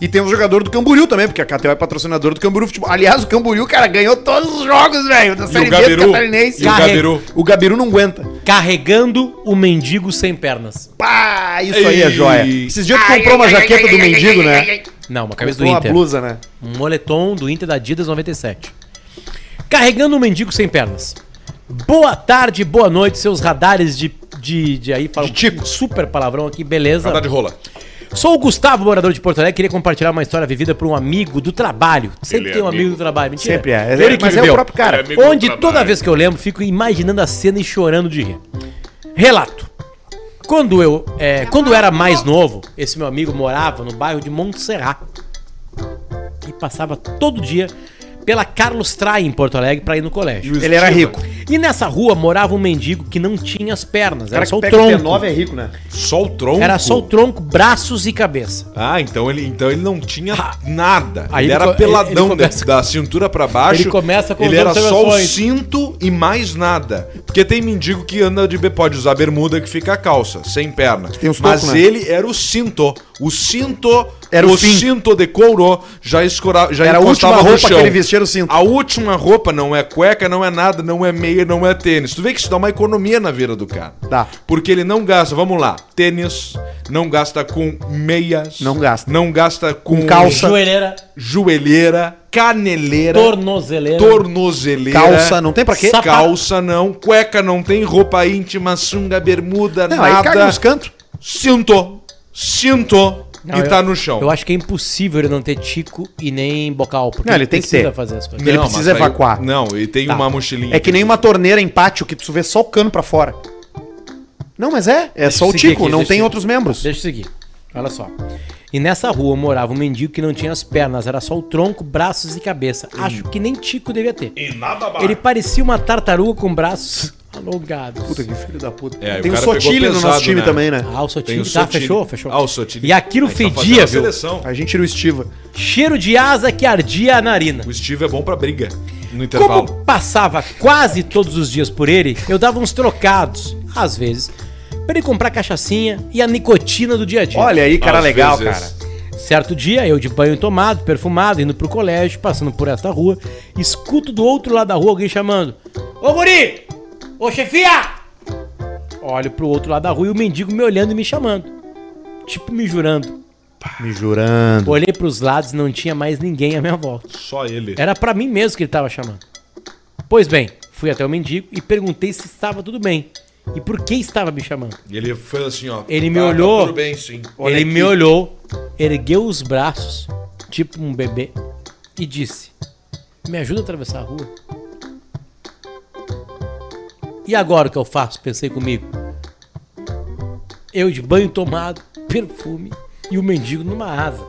E tem um jogador do Camboriú também, porque a KTO é patrocinador do Camboriú Futebol. Aliás, o Camboriú, cara, ganhou todos os jogos, velho, da E Série B o do Gabiru. Catarinense. E o Carrega. Gabiru. O Gabiru não aguenta. Carregando o mendigo sem pernas. Pá, isso aí é Ei. joia. Esses dias tu comprou uma jaqueta do mendigo, né? Não, uma camisa do Comprou uma Inter. blusa, né? Um moletom do Inter da Adidas 97. Carregando o mendigo sem pernas. Boa tarde, boa noite, seus radares de. De, de aí fala um super palavrão aqui, beleza? Tá de rola. Sou o Gustavo, morador de Porto Alegre, queria compartilhar uma história vivida por um amigo do trabalho. Sempre é tem um amigo do trabalho, mentira. Sempre é. Ele que Mas é viveu. o próprio cara. Onde toda vez que eu lembro, fico imaginando a cena e chorando de rir. Relato. Quando eu, é, quando eu era mais novo, esse meu amigo morava no bairro de Montserrat e passava todo dia pela Carlos Trai em Porto Alegre para ir no colégio. É Ele era rico. E nessa rua morava um mendigo que não tinha as pernas, era cara só que o pega tronco. P9 é rico, né? Só o tronco? Era só o tronco, braços e cabeça. Ah, então ele, então ele não tinha nada. Aí ele ele, era co- ele- peladão ele começa- da- da cintura pra baixo. Ele começa com Ele os era outros só o sonhos. cinto e mais nada. Porque tem mendigo que anda de be- pode usar bermuda que fica a calça, sem perna. tem uns Mas tocos, né? ele era o cinto. O cinto, Era o o fim. cinto de couro já escora, já Era a encostava última no roupa que chão. ele vestia era o cinto. A última roupa não é cueca, não é nada, não é meia, não é tênis. Tu vê que isso dá uma economia na vida do cara. Dá. Porque ele não gasta, vamos lá, tênis, não gasta com meias. Não gasta. Não gasta com, calça. Joelheira, joelheira, caneleira, tornozeleira. tornozeleira. Calça, não tem pra quê? Sapato. Calça não, cueca não tem, roupa íntima, sunga, bermuda, Não, aí caga nada. nos cantos. Cinto, cinto Não, e eu- tá no chão. Eu acho que é impossível ele não ter tico e nem bocal. Porque Não, ele tem que precisa ter. fazer as coisas. Não, ele mas precisa aí- evacuar. Não, e tem Tá. uma mochilinha. É que nem uma torneira em pátio que tu vê só o cano pra fora. Não, mas é. É só eu o seguir tico, aqui, não deixa tem eu- outros membros. Deixa eu seguir. Olha só. E nessa rua morava um mendigo que não tinha as pernas, era só o tronco, braços e cabeça. Acho que nem Tico devia ter. E nada mais. Ele parecia uma tartaruga com braços alongados. filho da puta. É, tem o um cara pegou sotilho no pesado, nosso time né? também, né? Ah, o Tem Sotile. o Tá, Sotile. fechou, fechou. Ah, o Sotile. E aquilo Aí tá fazendo fedia, a viu? seleção. A gente era o Estiva. Cheiro de asa que ardia a narina. O Steve é bom pra briga no intervalo. Como passava quase todos os dias por ele, eu dava uns trocados, às vezes, pra ele comprar cachaçinha e a nicotina do dia a dia. Olha aí, cara Às legal, vezes. cara. Certo dia, eu de banho tomado, perfumado, indo pro colégio, passando por esta rua, escuto do outro lado da rua alguém chamando: Ô guri! Ô chefia! Olho pro outro lado da rua e o mendigo me olhando e me chamando. Tipo me jurando. Me jurando. Olhei pros lados e não tinha mais ninguém à minha volta. Só ele. Era pra mim mesmo que ele tava chamando. Pois bem, fui até o mendigo e perguntei se estava tudo bem. E por que estava me chamando? E ele foi assim, ó. Ele me olhou. Tudo bem, sim. ele me olhou, ergueu os braços, tipo um bebê, e disse: Me ajuda a atravessar a rua. E agora o que eu faço? Pensei comigo. Eu de banho tomado, perfume e o mendigo numa asa.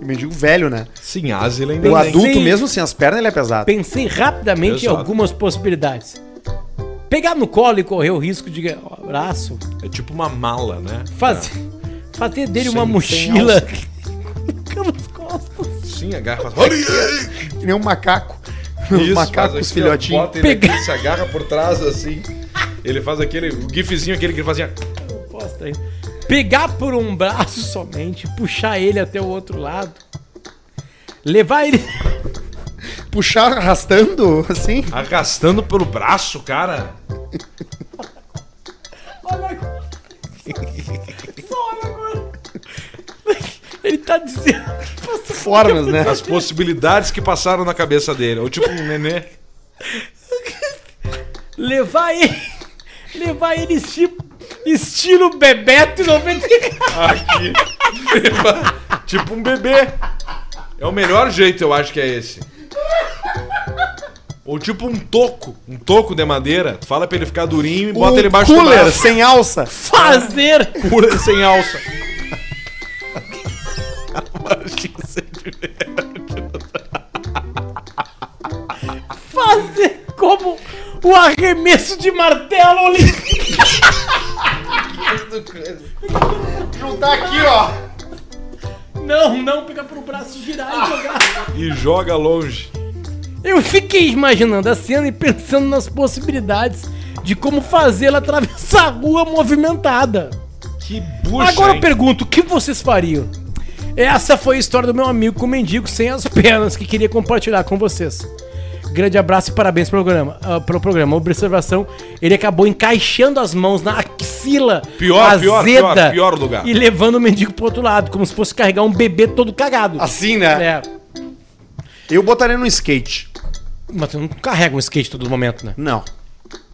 O mendigo velho, né? Sim, asa ele ainda O tem. adulto Sim. mesmo sem as pernas, ele é pesado. Pensei rapidamente em Exato. algumas possibilidades. Pegar no colo e correr o risco de ganhar um abraço, É tipo uma mala, né? fazer, fazer dele uma Sem- sem mochila. Colocar nas costas. Sim, agarra. Olha aí! Que nem um macaco. Isso, Os faz macacos aqui, ó, filhotinhos. Bota ele aqui, Pega- se agarra por trás assim. Ele faz aquele o gifzinho aquele que ele fazia. Posta aí. Pegar por um braço somente, puxar ele até o outro lado. Levar ele. Puxar arrastando, assim. Arrastando pelo braço, cara. Olha agora. Só olha agora. Ele tá dizendo. Formas, né? As possibilidades que passaram na cabeça dele. Ou tipo um nenê. Levar ele. Levar ele estilo, estilo Bebeto 90. Aqui. tipo um bebê. É o melhor jeito, eu acho que é esse. Ou tipo um toco. Um toco de madeira. Fala pra ele ficar durinho e Um Um bota ele embaixo do cooler braço. sem alça. Fazer. Cooler sem alça. Fazer como o arremesso de martelo olímpico. Juntar tá aqui, ó. Não, não, pegar pro braço, girar e jogar. E joga longe. Eu fiquei imaginando a cena e pensando nas possibilidades de como fazê-la atravessar a rua movimentada. Que bucha, Agora eu hein? pergunto, o que vocês fariam? Essa foi a história do meu amigo com o mendigo sem as pernas que queria compartilhar com vocês. Grande abraço e parabéns pelo programa. ah, pelo programa. Observação, ele acabou encaixando as mãos na axila Pior, pior, pior, pior lugar. e levando o mendigo pro outro lado, como se fosse carregar um bebê todo cagado. Assim, né? É, Eu botaria no skate. mas tu não carrega um skate todo momento, né? Não.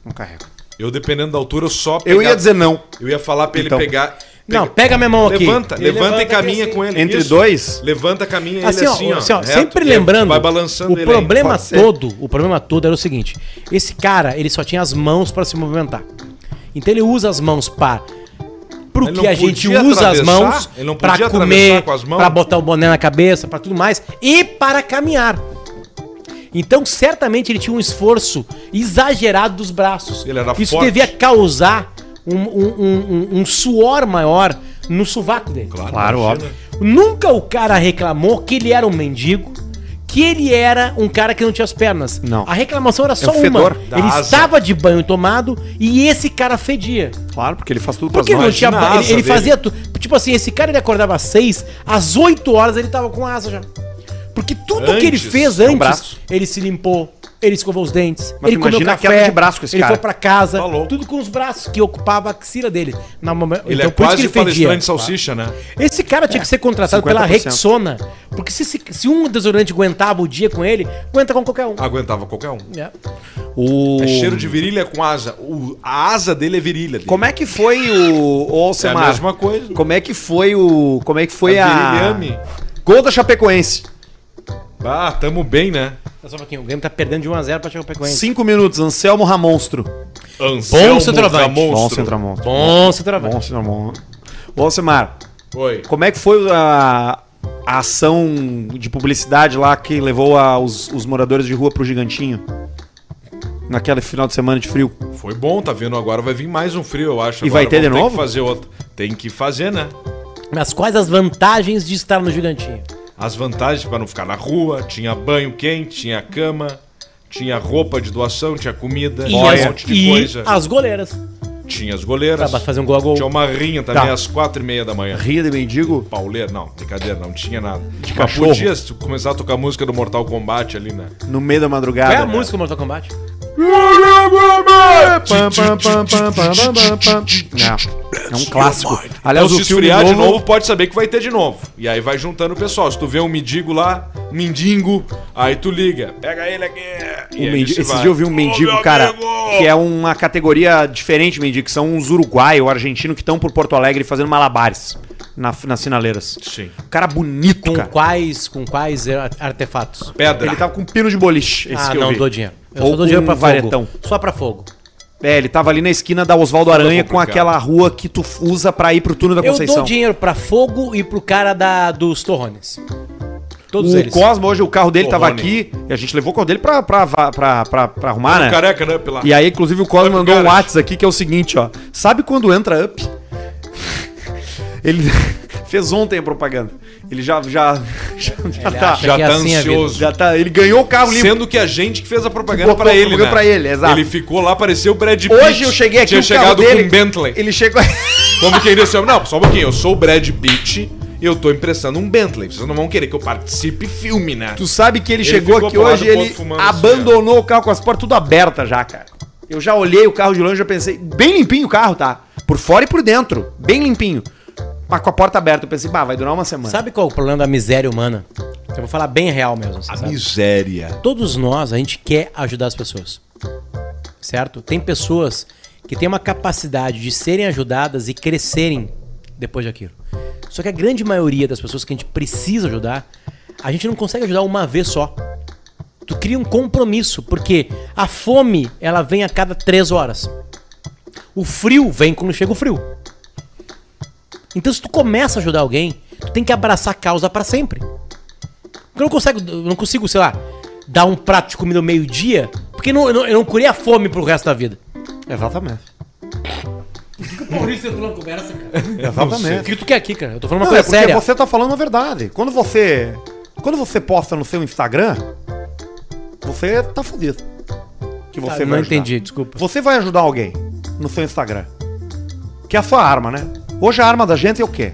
Não carrego. Eu, dependendo da altura, eu só Eu pegar- ia dizer não. Eu ia falar pra ele Então. pegar. Não, pega minha mão aqui. Levanta, Ele levanta e levanta caminha assim. com ele. Entre isso. dois? Levanta, caminha ele Assim, ó, assim, ó, reto, sempre e lembrando, Vai balançando o ele problema pode ser. todo, o problema todo era o seguinte: esse cara, ele só tinha as mãos pra se movimentar. Então ele usa as mãos para pro Ele que não a gente podia usa as atravessar? mãos Ele não pra podia atravessar comer, com as mãos? pra botar o boné na cabeça, pra tudo mais e para caminhar. Então, certamente ele tinha um esforço exagerado dos braços. Ele era Isso forte. devia causar um, um- um- um- um suor maior no sovaco dele. Claro, óbvio. Nunca o cara reclamou que ele era um mendigo, que ele era um cara que não tinha as pernas. Não. A reclamação era só o fedor uma. da Ele asa. estava de banho tomado e esse cara fedia. Claro, porque ele faz tudo Porque ele não tinha imagina a ba- ele, asa ele dele. fazia tu- tipo assim, esse cara ele acordava às seis, às 8 horas ele tava com asa já. Porque tudo que ele Antes, fez é um antes, braço. ele se limpou, ele escovou os dentes, Mas ele tu comeu imagina a café, queda de braço com esse ele cara. foi pra casa, Tá louco. tudo com os braços que ocupava a axila dele. Na mama- Ele então, por é isso quase que ele fedia. palestrante de salsicha, né? Esse cara tinha que ser contratado pela 50%. Rexona, porque se, se, se um desodorante aguentava o dia com ele, aguenta com qualquer um. Aguentava qualquer um. É. O... É cheiro de virilha com asa. O- a asa dele é virilha. Dele. Como é que foi o... Ô, é a Alcemar, mesma coisa. como é que foi o... Como é que foi a... Virilhame. Gol da Chapecoense. Ah, tamo bem, né? Só um pouquinho, o Grêmio tá perdendo de 1x0 pra chegar o Pecoense. Cinco minutos, Anselmo Ramonstro. Anselmo centroavante. Bom Monstro. centroavante. Bom, se trava. Bom centroavante. Ô, Alcemar, Oi. como é que foi a... a ação de publicidade lá que levou a- os, os moradores de rua pro Gigantinho? Naquele final de semana de frio. Foi bom, tá vendo? Agora vai vir mais um frio, eu acho. E Agora vai ter de vamos novo? que fazer outro. Tem que fazer, né? Mas quais as vantagens de estar no Gigantinho? As vantagens para não ficar na rua, tinha banho quente, tinha cama, tinha roupa de doação, tinha comida, E, tinha um as, monte de e coisa. as goleiras. Tinha as Pra goleiras. fazer um gol a gol. Tinha uma rinha também Tá. às quatro e meia da manhã. Ria de mendigo? Pauleira, não, brincadeira, não tinha nada. De cachorro. Podia começar a tocar música do Mortal Kombat ali, né? No meio da madrugada. Qual é a música do Mortal Kombat? Ah. Pam, pam, pam, pam, pam, pam, pam. É, é um clássico. Então, Aliás, se o filme esfriar de novo, novo... pode saber que vai ter de novo. E aí vai juntando o pessoal. Se tu vê um mendigo lá, um mendigo, aí tu liga. Pega ele aqui. O mendigo, esses dias eu vi um mendigo, cara, que é uma categoria diferente, mendigo, que são uns uruguaios ou argentinos que estão por Porto Alegre fazendo malabares na, nas sinaleiras. Sim. Um cara bonito, Com cara. quais, com quais ar- artefatos? Pedra. Ele tava com um pino de boliche, esse ah, que eu não, vi. dou dinheiro. Eu Ou só dou dinheiro com pra varetão. fogo. Só pra fogo. É, ele tava ali na esquina da Oswaldo Aranha com complicado. aquela rua que tu usa pra ir pro túnel da Eu Conceição. dou dinheiro pra fogo e pro cara da, dos torrones. Todos O eles. Cosmo, hoje, o carro dele tava Torrone. aqui, e a gente levou o carro dele pra, pra, pra, pra, pra- pra arrumar, né? Careca, né? Pela... E aí, inclusive, o Cosmo Up mandou um Garage. WhatsApp aqui que é o seguinte, ó. Sabe quando entra up? Ele fez ontem a propaganda. Ele já já já, já tá acha Já já, que tá é assim a vida. ansioso. já tá, ele ganhou o carro limpo. Sendo que a gente que fez a propaganda Botou pra a ele, propaganda né? pra ele, exato. Ele ficou lá, pareceu o Brad Pitt. Hoje eu cheguei aqui Tinha o chegado carro dele- com um Bentley. Ele chegou Como quem disse, não, só um pouquinho, eu sou o Brad Pitt e eu tô emprestando um Bentley. Vocês não vão querer que eu participe filme, né? Tu sabe que ele, Ele chegou ficou aqui pro lado hoje, do ele outro fumando assim, abandonou o carro com as portas tudo abertas já, cara. Eu já olhei o carro de longe e já pensei, bem limpinho o carro, tá? Por fora e por dentro, bem limpinho. Mas com a porta aberta, eu pensei, bah, vai durar uma semana. Sabe qual é o problema da miséria humana? Eu vou falar bem real mesmo. assim, A sabe? miséria. Todos nós, a gente quer ajudar as pessoas. Certo? Tem pessoas que têm uma capacidade de serem ajudadas e crescerem depois daquilo. Só que a grande maioria das pessoas que a gente precisa ajudar, a gente não consegue ajudar uma vez só. Tu cria um compromisso, porque a fome, ela vem a cada três horas. O frio vem quando chega o frio. Então, se tu começa a ajudar alguém, tu tem que abraçar a causa pra sempre. Porque eu não consigo, eu não consigo, sei lá, dar um prato de comida ao meio-dia, porque não- eu não, eu não curei a fome pro resto da vida. Exatamente. Maurício entrou na conversa, cara. O Exatamente. que tu quer aqui, cara? Eu tô falando uma Não, é coisa porque séria. você tá falando a verdade. Quando você. Quando você posta no seu Instagram, você tá fudido. Que Ah, você não vai ajudar. entendi, desculpa. Você vai ajudar alguém no seu Instagram. Que é a sua arma, né? Hoje a arma da gente é o quê?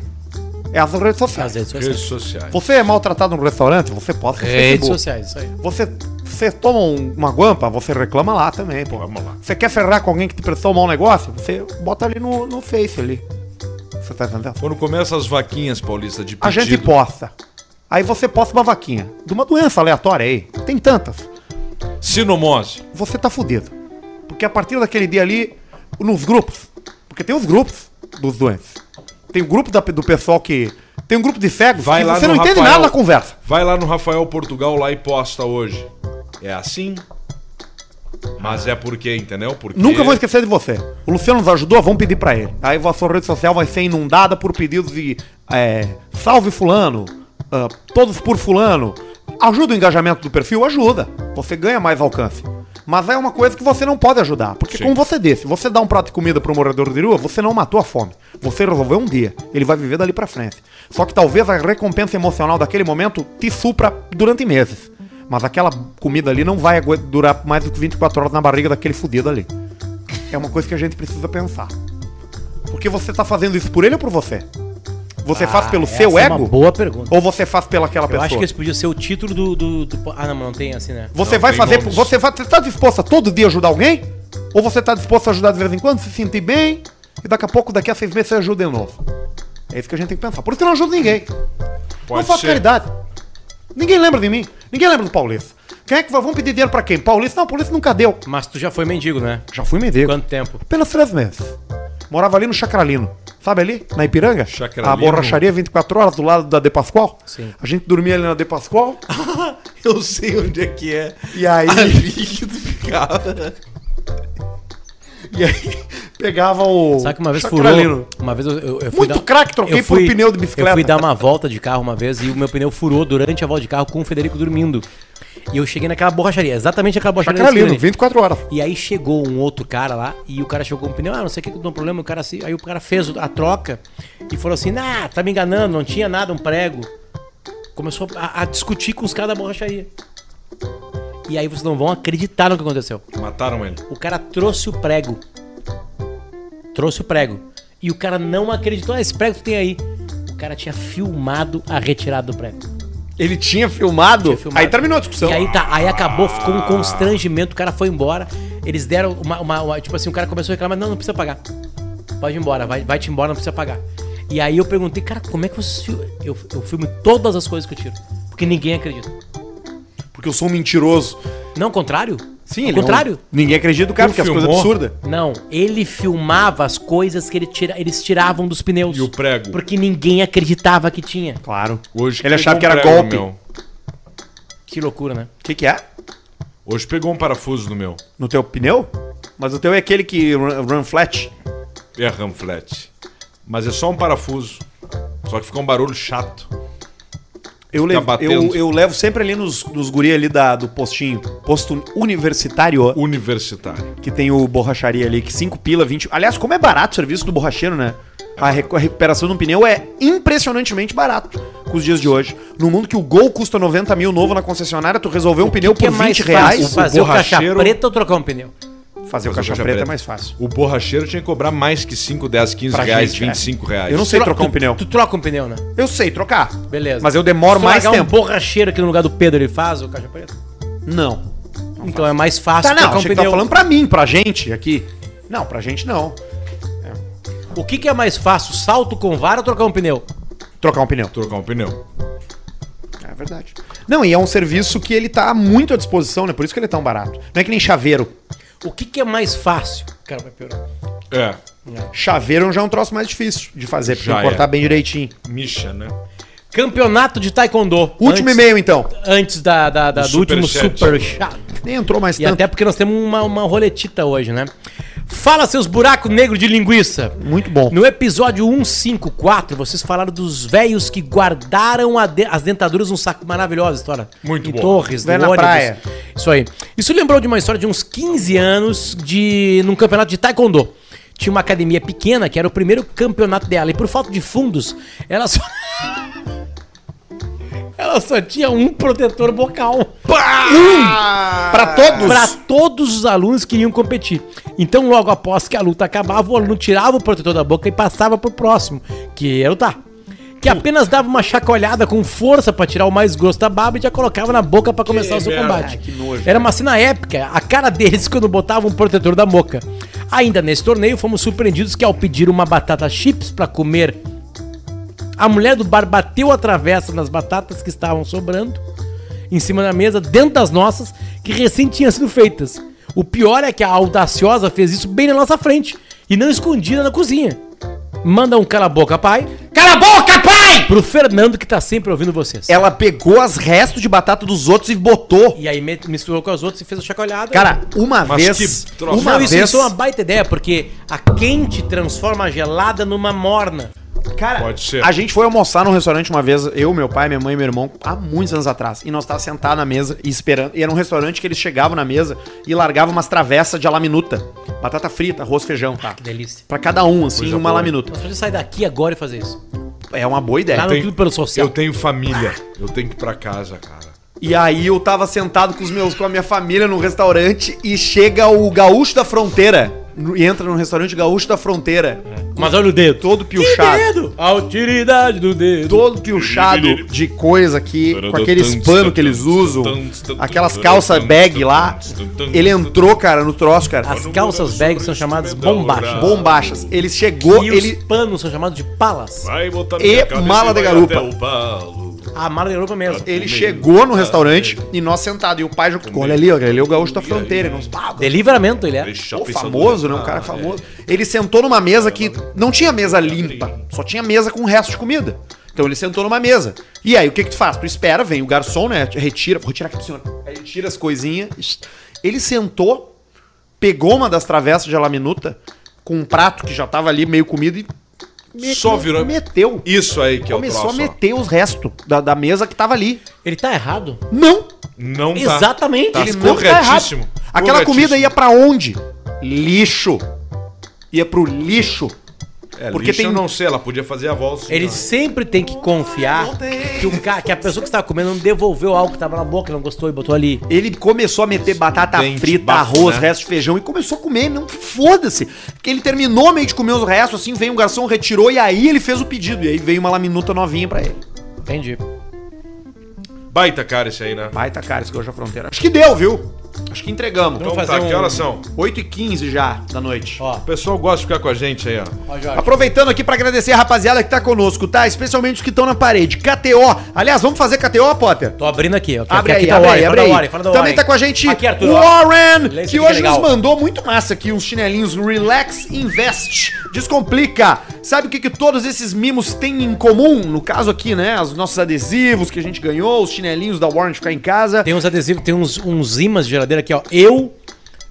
É as redes sociais. As redes sociais. Redes sociais. Você é maltratado no restaurante, você É, posta no Redes Facebook. sociais, isso aí. Você, você toma um- uma guampa, você reclama lá também, pô. Vamos lá. Você quer ferrar com alguém que te prestou um mau negócio? Você bota ali no, no Face ali. Você tá entendendo? Quando começa as vaquinhas paulistas de A gente posta. Aí você posta uma vaquinha. De uma doença aleatória aí. Tem tantas. Sinomose. Você tá fudido. Porque a partir daquele dia ali, nos grupos. Porque tem os grupos dos doentes. Tem o grupo da- do pessoal que. Tem um grupo de cegos Vai que lá você no não entende Rafael. nada da conversa. Vai lá no Rafael Portugal lá e posta hoje. É assim? Mas é porque, entendeu? Porque Nunca vou esquecer de você. O Luciano nos ajudou, vamos pedir pra ele. Aí a sua rede social vai ser inundada por pedidos de é, salve fulano, ah, todos por fulano, Ajuda o engajamento do perfil? Ajuda. Você ganha mais alcance. Mas é uma coisa que você não pode ajudar. Porque, como você disse, você dá um prato de comida para um morador de rua, você não matou a fome. Você resolveu um dia. Ele vai viver dali para frente. Só que talvez a recompensa emocional daquele momento te supra durante meses. Mas aquela comida ali não vai agu- durar mais do que 24 horas na barriga daquele fudido ali. É uma coisa que a gente precisa pensar. Porque você tá fazendo isso por ele ou por você? Você faz pelo seu Essa é uma ego? boa pergunta. Ou você faz pela aquela Eu pessoa? acho que esse podia ser o título do. do, do- Ah, não, mas não tem assim, né? Você Não, vai tem fazer. nomes. Você vai. Você tá disposto a todo dia ajudar alguém? Ou você tá disposto a ajudar de vez em quando, se sentir bem, e daqui a pouco, daqui a seis meses, você ajuda de novo? É isso que a gente tem que pensar. Por isso que eu não ajudo ninguém. não Pode faço ser. caridade. Ninguém lembra de mim. Ninguém lembra do Paulista. Quem é que vai? Vamos pedir dinheiro pra quem? Paulista? Não, Paulista nunca deu. Mas tu já foi mendigo, né? Já fui mendigo. Quanto tempo? Apenas três meses. Morava ali no Chacralino. Sabe ali? Na Ipiranga? Chacralino. A borracharia 24 horas do lado da De Pascoal. Sim. A gente dormia ali na De Pascoal. Eu sei onde é que é. E aí. Ali que tu ficava. E aí pegava o. Sabe que uma vez Chacralino. furou? Uma vez eu, eu, eu fui. Muito craque, troquei eu fui- por pneu de bicicleta. Eu fui dar uma volta de carro uma vez e o meu pneu furou durante a volta de carro com o Federico dormindo. E eu cheguei naquela borracharia, exatamente aquela borracharia. da Chacralino, esquina ali. 24 horas. E aí chegou um outro cara lá e o cara chegou com um pneu, ah, não sei o que que deu um problema, o cara se... aí o cara fez a troca e falou assim: "Ah, tá me enganando, não tinha nada, um prego". Começou a, a discutir com os caras da borracharia. E aí vocês não vão acreditar no que aconteceu. Mataram ele. O cara trouxe o prego. Trouxe o prego. E o cara não acreditou. Ah, esse prego que tu tem aí. O cara tinha filmado a retirada do prego. Ele tinha filmado? Tinha filmado. Aí terminou a discussão. E aí tá, aí acabou, ficou um constrangimento, o cara foi embora. Eles deram uma. uma- uma- tipo assim, o cara começou a reclamar, não, não precisa pagar. Pode ir embora, vai, vai te embora, não precisa pagar. E aí eu perguntei, cara, como é que vocês filmam? Eu, eu filmo todas as coisas que eu tiro. Porque ninguém acredita. Porque eu sou um mentiroso. Não, ao contrário? Sim, ao ele é um- contrário? Ninguém acredita o cara, Tu porque as filmou? coisas absurdas. Não, ele filmava as coisas que ele tira, eles tiravam dos pneus. E o prego? Porque ninguém acreditava que tinha. Claro. Hoje Ele achava pegou que era um prego golpe. no meu. Que loucura, né? O que, que é? Hoje pegou um parafuso no meu. No teu pneu? Mas o teu é aquele que run, run flat. É RAM flat. Mas é só um parafuso. Só que fica um barulho chato. Eu, Fica levo, eu, batendo. eu levo sempre ali nos, nos guri ali da, do postinho, posto universitário, Universitário. que tem o borracharia ali, que 5 pila, 20. Aliás, como é barato o serviço do borracheiro, né? A, recu- a recuperação de um pneu é impressionantemente barato com os dias de hoje. No mundo que o Gol custa 90 mil novo na concessionária, tu resolveu um pneu O que é por 20 mais reais. fácil, fazer o caixa borracheiro- preta ou trocar um pneu? Fazer o caixa, preta, é mais fácil. O borracheiro tinha que cobrar mais que 5, 10, 15 Pra reais, gente, é. 25 reais. Eu não sei trocar um Tu- pneu. Tu troca um pneu, né? Eu sei trocar. Beleza. Mas eu demoro Se tu mais largar tempo. um borracheiro aqui no lugar do Pedro, ele faz o caixa preta? Não. Então é mais fácil Tá, não. trocar um Achei que tava pneu. falando pra mim, pra gente aqui. Não, pra gente não. O que, que é mais fácil, salto com vara ou trocar um pneu? Trocar um pneu. Trocar um pneu. É verdade. Não, e é um serviço que ele tá muito à disposição, né? Por isso que ele é tão barato. Não é que nem chaveiro. O que, que é mais fácil? Cara, vai piorar. É. Chaveiro já é um troço mais difícil de fazer, porque Já tem que cortar é. bem direitinho. Micha, né? Campeonato de Taekwondo. Último antes, e-mail, então. Antes da, da- da- do, Do último superchat. super chat. Nem entrou mais E tanto. até porque nós temos uma, uma roletita hoje, né? Fala seus buracos negros de linguiça. Muito bom. No episódio 154, vocês falaram dos velhos que guardaram a de- as dentaduras num saco maravilhosa, história. Muito em boa. Torres, Velho no na ônibus. praia. Isso aí. Isso lembrou de uma história de uns 15 anos de num campeonato de taekwondo. Tinha uma academia pequena que era o primeiro campeonato dela e por falta de fundos, ela só Ela só tinha um protetor bocal. Pra todos. Pra todos os alunos que iam competir. Então, logo após que a luta acabava, o aluno tirava o protetor da boca e passava pro próximo, que era o tá. Que apenas dava uma chacoalhada com força pra tirar o mais grosso da barba e já colocava na boca pra começar o seu combate. Era uma cena épica, a cara deles quando botavam o protetor da boca. Ainda nesse torneio, fomos surpreendidos que ao pedir uma batata chips pra comer, a mulher do bar bateu a travessa nas batatas que estavam sobrando em cima da mesa, dentro das nossas, que recém tinham sido feitas. O pior é que a audaciosa fez isso bem na nossa frente e não escondida na cozinha. Manda um cala a boca, pai, Cala a boca, pai! É. pro Fernando que tá sempre ouvindo vocês. Ela pegou as restos de batata dos outros e botou. E aí me- misturou com as outras e fez a chacoalhada. Cara, uma Mas vez. que troço. Uma não, isso, vez. isso é uma baita ideia, porque a quente transforma a gelada numa morna. Cara, Pode ser. a gente foi almoçar num restaurante uma vez, eu, meu pai, minha mãe e meu irmão, há muitos anos atrás. E nós tava sentado na mesa e esperando. E era um restaurante que eles chegavam na mesa e largavam umas travessas de alaminuta. Batata frita, arroz, feijão, tá? Que delícia. Pra cada um, assim, Coisa uma boa. laminuta. Mas você sair daqui agora e fazer isso. É uma boa ideia. Lá no tenho- tudo pelo social. Eu tenho família. Eu tenho que ir pra casa, cara. E aí eu tava sentado com os meus, com a minha família no restaurante e chega o gaúcho da fronteira. no- E entra no restaurante gaúcho da fronteira. Mas olha o dedo. Todo piochado. dedo! A utilidade do dedo. todo piochado de coisa aqui, com aqueles pano que eles usam, aquelas calças bag lá. Ele entrou, cara, no troço, cara. As calças bags são chamadas bombachas. né? Bombachas. Ele chegou, E ele. os panos são chamados de palas. Vai botar E mala de garupa. A mala da Europa mesmo. Ele chegou no restaurante e nós sentado. E o pai junto com olha ali, ó, ele é o gaúcho da fronteira. Não, pá, De livramento ele é. pô, famoso, né? Um Ah, cara famoso. é. Ele sentou numa mesa que não tinha mesa limpa, só tinha mesa com resto de comida. Então ele sentou numa mesa. E aí o que que tu faz? Tu espera, vem o garçom, né? Retira, vou tirar aqui do senhor. Aí ele tira as coisinhas. Ele sentou, pegou uma das travessas de alaminuta com um prato que já tava ali meio comido e Só virou- meteu. Isso aí que é o Começou troço. a ó. meter os restos da, da mesa que tava ali. Ele tá errado? Não! Não tá. Exatamente. Tá Ele não- corretíssimo. tá Aquela comida é Corretíssimo. ia pra onde? Lixo. Ia pro lixo. É, porque porque tem... tem- eu não sei, ela podia fazer a volta. Ele sempre tem que confiar que, o ca... que a pessoa que estava comendo não devolveu algo que tava na boca, não gostou e botou ali. Ele começou a meter batata Dente, frita, bafo, arroz, né? resto de feijão e começou a comer, não foda-se. Que ele terminou meio de comer os restos, assim, veio um garçom, retirou e aí ele fez o pedido. E aí veio uma laminuta novinha pra ele. Entendi. Baita cara esse aí, né? Baita cara esse gaúcho da fronteira. Acho que deu, viu? Acho que entregamos. Então fazer tá, que um- horas são? 8 e 15 já da noite. Ó, O pessoal gosta de ficar com a gente aí, ó. Aproveitando aqui pra agradecer a rapaziada que tá conosco, tá? Especialmente os que estão na parede. KTO. Aliás, vamos fazer KTO, Potter? tô abrindo aqui. ó. Aqui, Abre aqui aí, tá abre o aí, Warren, abre fala da aí. Warren, fala da Também Warren. tá com a gente Aqui, Arthur, o ó. Warren, Lê isso que aqui, hoje nos legal. mandou muito massa aqui uns chinelinhos Relax Invest. Descomplica. Sabe o que, que todos esses mimos têm em comum? No caso aqui, né? Os nossos adesivos que a gente ganhou, os chinelinhos da Warren de ficar em casa. Tem uns adesivos, tem uns, uns imãs de geladeira aqui, ó. Eu.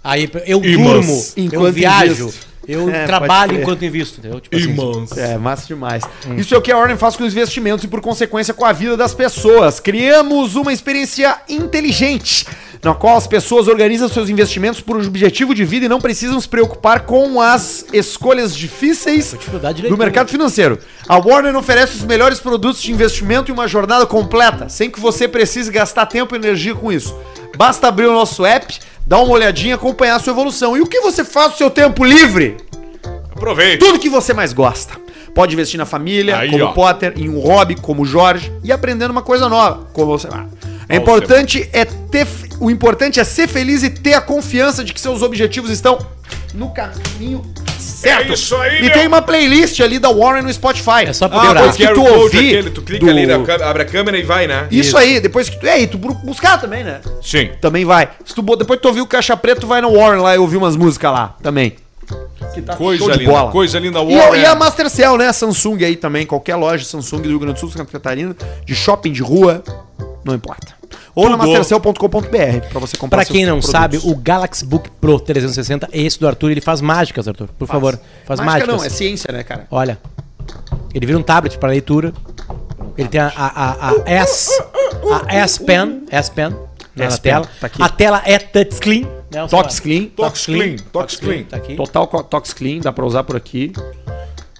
Aí eu durmo, Imãs. eu Enquanto viajo, eu É, pode trabalho crer. enquanto invisto, entendeu? Tipo assim, Irmãos. É, massa demais. Isso é o que a Warren faz com os investimentos e, por consequência, com a vida das pessoas. Criamos uma experiência inteligente, na qual as pessoas organizam seus investimentos por um objetivo de vida e não precisam se preocupar com as escolhas difíceis dificuldade de do leitura. mercado financeiro. A Warren oferece os melhores produtos de investimento e uma jornada completa, sem que você precise gastar tempo e energia com isso. Basta abrir o nosso app, dar uma olhadinha e acompanhar a sua evolução. E o que você faz no seu tempo livre? Aproveita. tudo que você mais gosta. Pode investir na família, Aí, como ó. Potter, em um hobby, como Jorge, e aprendendo uma coisa nova, como você. Ah. É importante é ter, f- o importante é ser feliz e ter a confiança de que seus objetivos estão no caminho certo. É isso aí, e meu. tem uma playlist ali da Warren no Spotify. É só ah, procurar. depois que QR tu Code ouvir, aquele, tu clica do- ali, na câmera, abre a câmera e vai, né? Isso, aí, depois que tu, é, e tu bu- buscar também, né? Sim. Também vai. Se tu bo- depois que tu ouvir o Caixa Preto, vai no Warren lá e ouvir umas músicas lá também. Tá show Coisa de linda, bola. coisa linda. E, a- Warren. e a Mastercell, né? A Samsung aí também, qualquer loja Samsung do Rio Grande do Sul, Santa Catarina, de shopping, de rua, não importa. Ou na mastercell.com.br pra você comprar Pra seus quem não produtos. sabe, o Galaxy Book Pro 360, esse do Arthur, ele faz mágicas, Arthur. Por favor, faz Mágica mágicas. não, é ciência, né, cara? Olha, ele vira um tablet para leitura. Ele tem a, a, a, a S, a S Pen, S Pen né, na S Pen, tela. tá aqui. A tela é touchscreen. Né, o Tox celular. Clean, Tox Clean, Tox Clean. Tá aqui. total co- Tox Clean, dá pra usar por aqui.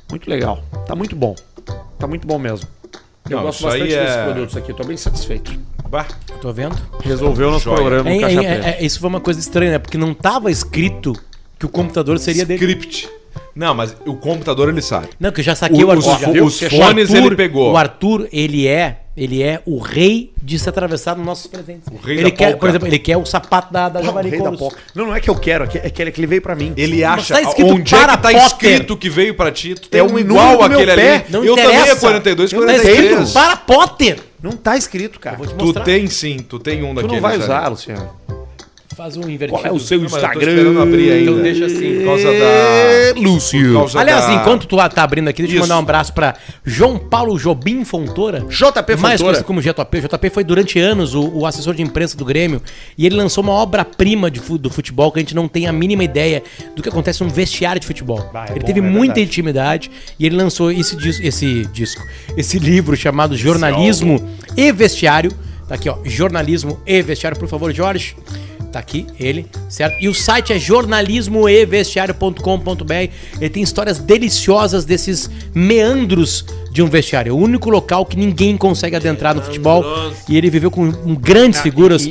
Muito legal. Tá muito bom. Tá muito bom mesmo. Eu Não, gosto isso aí bastante é- desses produtos aqui, tô bem satisfeito. Bah, Tô vendo. Resolveu nosso Joia. programa, É, o Caixa é, Preto. é, é, isso foi uma coisa estranha, né? Porque não tava escrito que o computador seria dele. script. Não, mas o computador ele sabe. Não, que eu já saquei O- o, Arthur. os já. fo- Viu? os O fones ele pegou. O Arthur, ele é, ele é o rei de se atravessar nos nossos presentes. O rei ele da quer, polca. por exemplo, ele quer o sapato da, da Não, Javari rei da Couros. poca. não, não é que eu quero, é que, é que ele que ele veio pra mim. Ele acha tá escrito onde é para que tá Potter. escrito que veio pra ti. Tu tem É um o igual número do aquele meu pé. ali. Não eu interessa. também é 42, Não tá escrito. 43. Para Potter! Não tá escrito, cara. Vou te Tu mostrar. tem sim, tu tem um Tu daqueles. não vai ali. usar, Luciano. faz um invertido. é seu Instagram. abrir ainda. Então deixa assim. Por causa da. Lúcio. Por causa Aliás, da- enquanto tu tá abrindo aqui, deixa eu Isso. mandar um abraço pra João Paulo Jobim Fontoura. JP Mais conhecido Fontoura. como JP. JP foi durante anos o, o assessor de imprensa do Grêmio e ele lançou uma obra-prima de fu- do futebol que a gente não tem a mínima ideia do que acontece num vestiário de futebol. ele teve muita intimidade e ele lançou esse, dis- esse disco, esse livro chamado Jornalismo e Vestiário. Tá aqui, ó. Jornalismo e Vestiário, por favor, Jorge. Tá aqui ele, certo? E o site é jornalismoevestiário.com.br. Ele tem histórias deliciosas desses meandros de um vestiário. É o único local que ninguém consegue adentrar no futebol. E ele viveu com um, grandes figuras.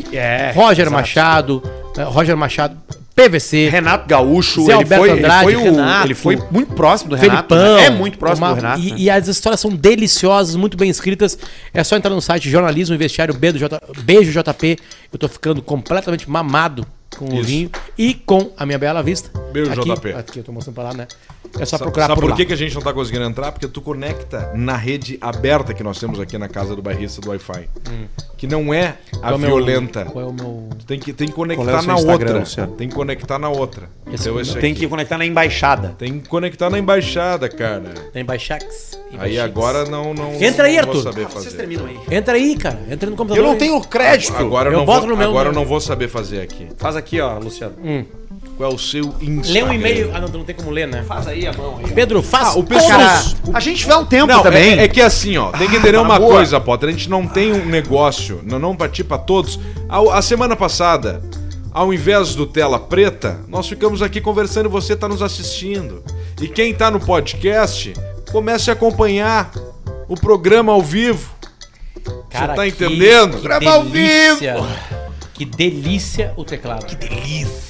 Roger Machado, eh, Roger Machado, PVC. Renato Gaúcho, Zé ele Alberto foi, ele Andrade, foi o- Renato. ele foi muito próximo do Renato. Felipão. né? É muito próximo uma- do Renato. E, né? né? e as histórias são deliciosas, muito bem escritas. É só entrar no site Jornalismo e Vestiário B do J, Beijo JP. Eu tô ficando completamente mamado com o vinho e com a minha bela vista. Beijo, aqui, JP. Aqui, eu tô mostrando pra lá, né? É só Sa- procurar Sabe por por, lá. que, que a gente não tá conseguindo entrar? Porque tu conecta na rede aberta que nós temos aqui na casa do barrista do Wi-Fi. Que não é a Qual é o meu- violenta. Qual é o meu... Tu Tem que, tem que Qual é o conectar seu na Instagram, outra. Luciano? Tem que conectar na outra. Esse Então aqui esse Tem aqui. que conectar na embaixada. Tem que conectar na embaixada, cara. Tem Baixax. e Aí Baixax. agora não, não, Entra aí, não vou Arthur. saber fazer. Entra aí, cara. Entra no computador. Eu não aí. tenho crédito. Agora, eu Eu não, boto vou, no meu- agora eu não vou saber fazer aqui. Faz aqui, ó, Luciano. Qual é o seu Instagram? Lê um e-mail. Ah, não, tu não tem como ler, né? Faz aí a mão aí. Pedro, faz Ah, o pessoal- todos. A gente tiver um tempo Não, também. É, é que assim, ó, tem que entender uma coisa, Potter. A gente não tem um negócio, não, não partir pra todos. A, a semana passada, ao invés do tela preta, nós ficamos aqui conversando e você tá nos assistindo. E quem tá no podcast, comece a acompanhar o programa ao vivo. Cara, tá que- entendendo? Que Grava ao delícia. Que delícia o teclado. Que delícia.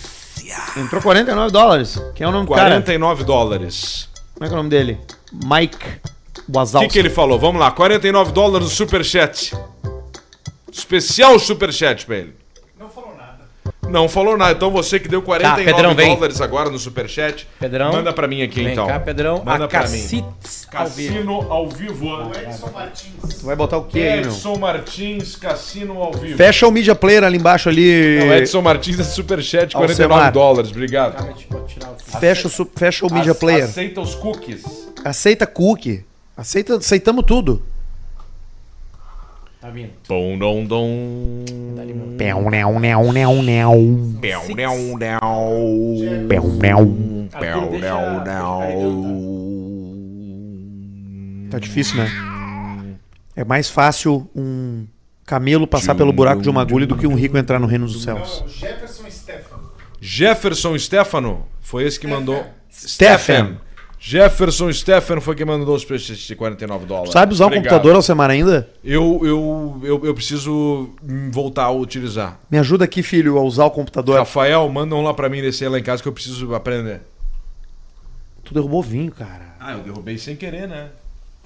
Entrou 49 dólares. Quem é o nome do cara? 49 dólares. Como é que é o nome dele? Mike O que, um Wazowski. que ele falou? Vamos lá, 49 dólares no superchat. Especial superchat pra ele. Não falou nada. Não falou nada. Então você que deu 49 Tá, Pedrão, vem. dólares agora no superchat, Pedrão. manda pra mim aqui Vem então. cá, Pedrão. Manda a pra Cacites ao vivo. Cassino ao vivo. Edson Martins. Vai botar o quê aí, meu? Edson Martins, Cassino ao vivo. Fecha o Media Player ali embaixo ali. Não, Edson Martins é superchat, 49 Alcemar. dólares. Obrigado. Fecha o, su- fecha o Media As- Player. Aceita os cookies. Aceita cookie. Aceita, aceitamos tudo. Tá vindo. Pão, dom, dom. Pão, não, não, não, não. Pão, não, não. Pão, não. Pão, não, não. Tá difícil, né? É mais fácil um camelo passar pelo buraco de uma agulha do que um rico entrar no reino dos céus. Jefferson Stefano foi esse que mandou. Stefan. Jefferson Stefano foi quem mandou os preços de 49 dólares. Sabe usar o Obrigado. computador, Alcemar, ainda? Eu, eu, eu, eu preciso hum, voltar a utilizar. Me ajuda aqui, filho, a usar o computador. Rafael, manda um lá pra mim descer lá em casa que eu preciso aprender. Tu derrubou vinho, cara. Ah, eu derrubei sem querer, né?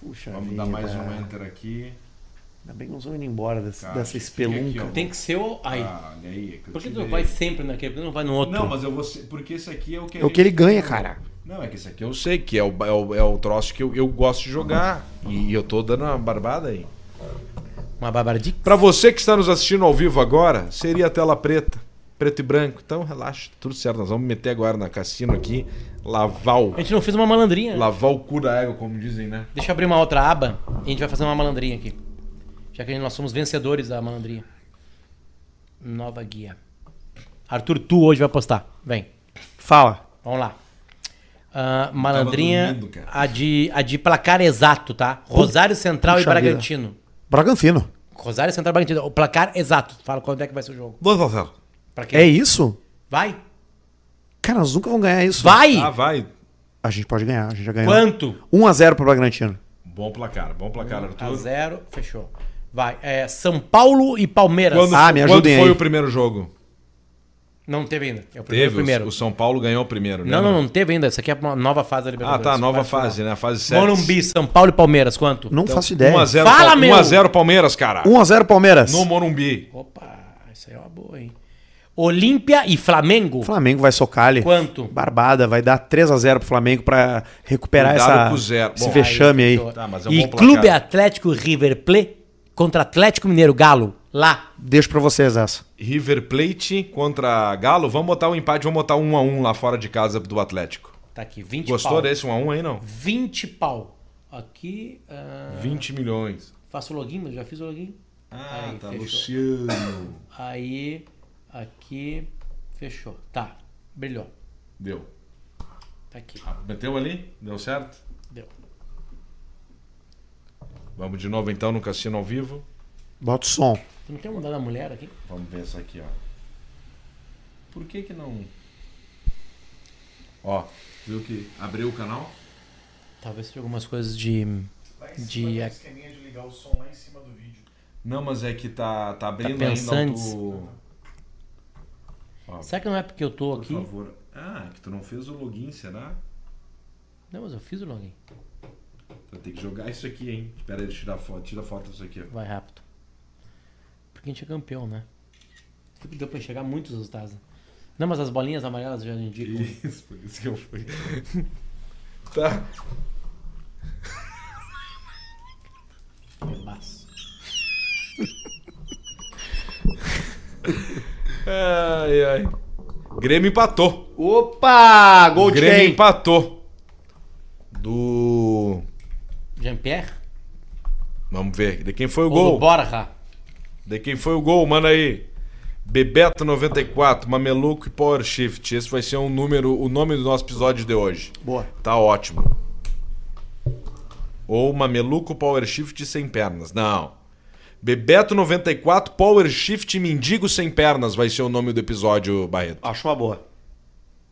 Puxa Vamos vida. dar mais um enter aqui. Tá, Ainda bem que nós vamos indo embora desse- Cara, dessa fica aqui, espelunca. ó. Tem que ser o. Aí. Ah, olha aí. é que eu Por que te tu não dei. vai sempre naquele? Por que tu não vai no outro? Não, mas eu vou. ser- Porque esse aqui é o que. a É o gente- que ele ganha, cara. Não, é que esse aqui eu sei que é o, é o, é o troço que eu, eu gosto de jogar. E eu tô dando uma barbada aí. Uma babardica. Pra você que está nos assistindo ao vivo agora, seria a tela preta, preto e branco. Então relaxa, tudo certo. Nós vamos meter agora na cassino aqui, lavar o, A gente não fez uma malandrinha. lavar o cu da égua, como dizem, né? Deixa eu abrir uma outra aba e a gente vai fazer uma malandrinha aqui. Já que nós somos vencedores da malandrinha. Nova guia. Arthur, tu hoje vai postar. Vem. Fala. Vamos lá. Ah, malandrinha, dormindo, cara. a de, a de placar exato, tá? Rosário Central puxa e Bragantino. Bragantino. Rosário Central e Bragantino. O placar exato. Fala quando é que vai ser o jogo. 2 a 0. Pra quem? É isso? Vai? Cara, nós nunca vamos ganhar isso. Vai! Ah, vai. A gente pode ganhar, a gente já ganhou. Quanto? 1x0 pro Bragantino. Bom placar, bom placar, A Arthur. tá zero, fechou. Vai. É, São Paulo e Palmeiras. Quando, Ah, me quando ajudem foi aí. o primeiro jogo? Não teve ainda. É o primeiro. Teve, primeiro. O, o São Paulo ganhou o primeiro, né? Não, não, não teve ainda. Isso aqui é uma nova fase da Ah, Libertadores. tá, nova Vai final. fase, né? A fase Um 7. Morumbi, São Paulo e Palmeiras, quanto? Não Então, faço ideia. 1x0 1x0 Fala, meu! 1x0 Palmeiras, cara. um Palmeiras. No Morumbi. Opa, isso aí é uma boa, hein? Olímpia e Flamengo, O Flamengo vai socar ali. quanto? Barbada, vai dar 3x0 pro Flamengo pra recuperar Cuidado essa, com o zero. esse Bom, vexame aí. Vitor. Tá, mas é um e bom placar. Clube Atlético River Plate contra Atlético Mineiro Galo. Lá. Deixo pra vocês essa. River Plate contra Galo. Vamos botar o empate, vamos botar um a um lá fora de casa do Atlético. Tá aqui, 20 Gostou pau. desse um a um aí, não? 20 pau. Aqui. ah, 20 milhões. faço o login, mas já fiz o login. Ah, Aí, tá, fechou. Luciano. Aí. Aqui. Fechou. Tá. Brilhou. Deu. Ah, Tá aqui. Meteu ali? Deu certo? Deu. Vamos de novo então no cassino ao vivo. Bota o som. Tu não tem um da mulher aqui? Vamos ver essa aqui, ó. Por que que não. Ó, viu que abriu o canal? Talvez seja algumas coisas de. de Não, mas é que tá, tá abrindo ainda pensantes. o. Será que não é porque eu tô Por aqui? favor. Ah, é que tu não fez o login, será? Não, mas eu fiz o login. Tu vai ter que jogar isso aqui, hein? Espera aí, deixa eu tirar foto. Tira foto disso aqui. ó. Vai rápido. Porque a gente é campeão, né? Foi que Deu pra enxergar muitos resultados. né? Não, mas as bolinhas amarelas já indicam. Isso, por isso que eu fui. tá. Bebaço. Ai, ai. Grêmio empatou. Opa! Gol de Grêmio quem? empatou. Do. Jean-Pierre? Vamos ver. De quem foi o Ou gol? do Borja? De quem foi o gol? Manda aí. Bebeto 94, Mameluco e Power Shift. Esse vai ser um número, o nome do nosso episódio de hoje. Boa. Tá ótimo. Ou Mameluco Power Shift sem pernas. Não. Bebeto 94, Power Shift Mendigo sem pernas vai ser o nome do episódio, Barreto. Acho uma boa.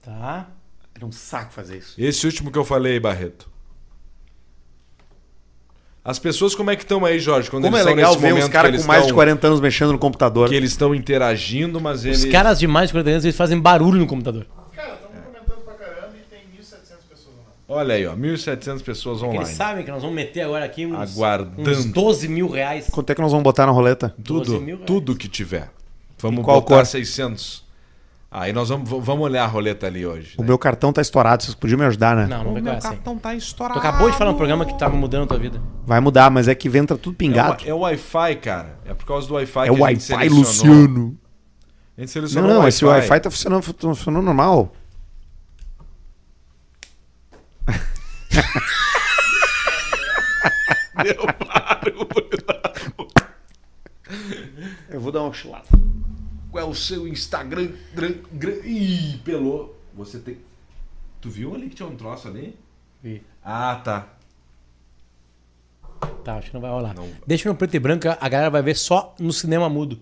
Tá. Era um saco fazer isso. Esse último que eu falei, Barreto. As pessoas como é que estão aí, Jorge? Quando Como é eles tão legal nesse ver momento uns que caras eles com mais de tão- 40 anos mexendo no computador. Que eles estão interagindo, mas eles... Os caras de mais de 40 anos eles fazem barulho no computador. Cara, estamos comentando pra caramba e tem 1.700 pessoas lá. Olha aí, ó, 1.700 pessoas online. Eles sabem que nós vamos meter agora aqui uns, Aguardando. uns 12 mil reais. Quanto é que nós vamos botar na roleta? Tudo, 12 mil reais. tudo que tiver. Vamos E qual botar cor? 600. Aí nós vamos, vamos olhar a roleta ali hoje. O né? meu cartão tá estourado, vocês podiam me ajudar, né? Não, não vem com essa aí. tá Tu estourado. acabou de falar um programa que tá mudando a tua vida. Vai mudar, mas é que entra tudo É o, pingado. é o Wi-Fi, cara. É por causa do Wi-Fi É o a gente Wi-Fi, selecionou. Luciano. A gente Não, selecionou não, o esse Wi-Fi tá funcionando, fun- funcionando normal. Eu vou dar um chulada. Qual é o seu Instagram? Gran, gran... Ih, pelou. Você tem... Tu viu ali que tinha um troço ali? Vi. Ah, tá. Tá, acho que não vai rolar. Não. Deixa no preto e branco, a galera vai ver só no cinema mudo.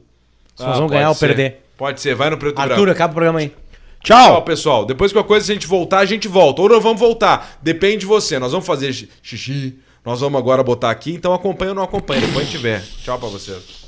Se Ah, nós vamos pode ganhar ou ser. É perder. Pode ser, vai no preto e branco. Arthur, acaba o programa aí. Tchau, pessoal. Depois que a coisa, se a gente voltar, a gente volta. Ou não vamos voltar. Depende de você. Nós vamos fazer xixi. Nós vamos agora botar aqui. Então acompanha ou não acompanha. Depois a gente vê. Tchau pra vocês.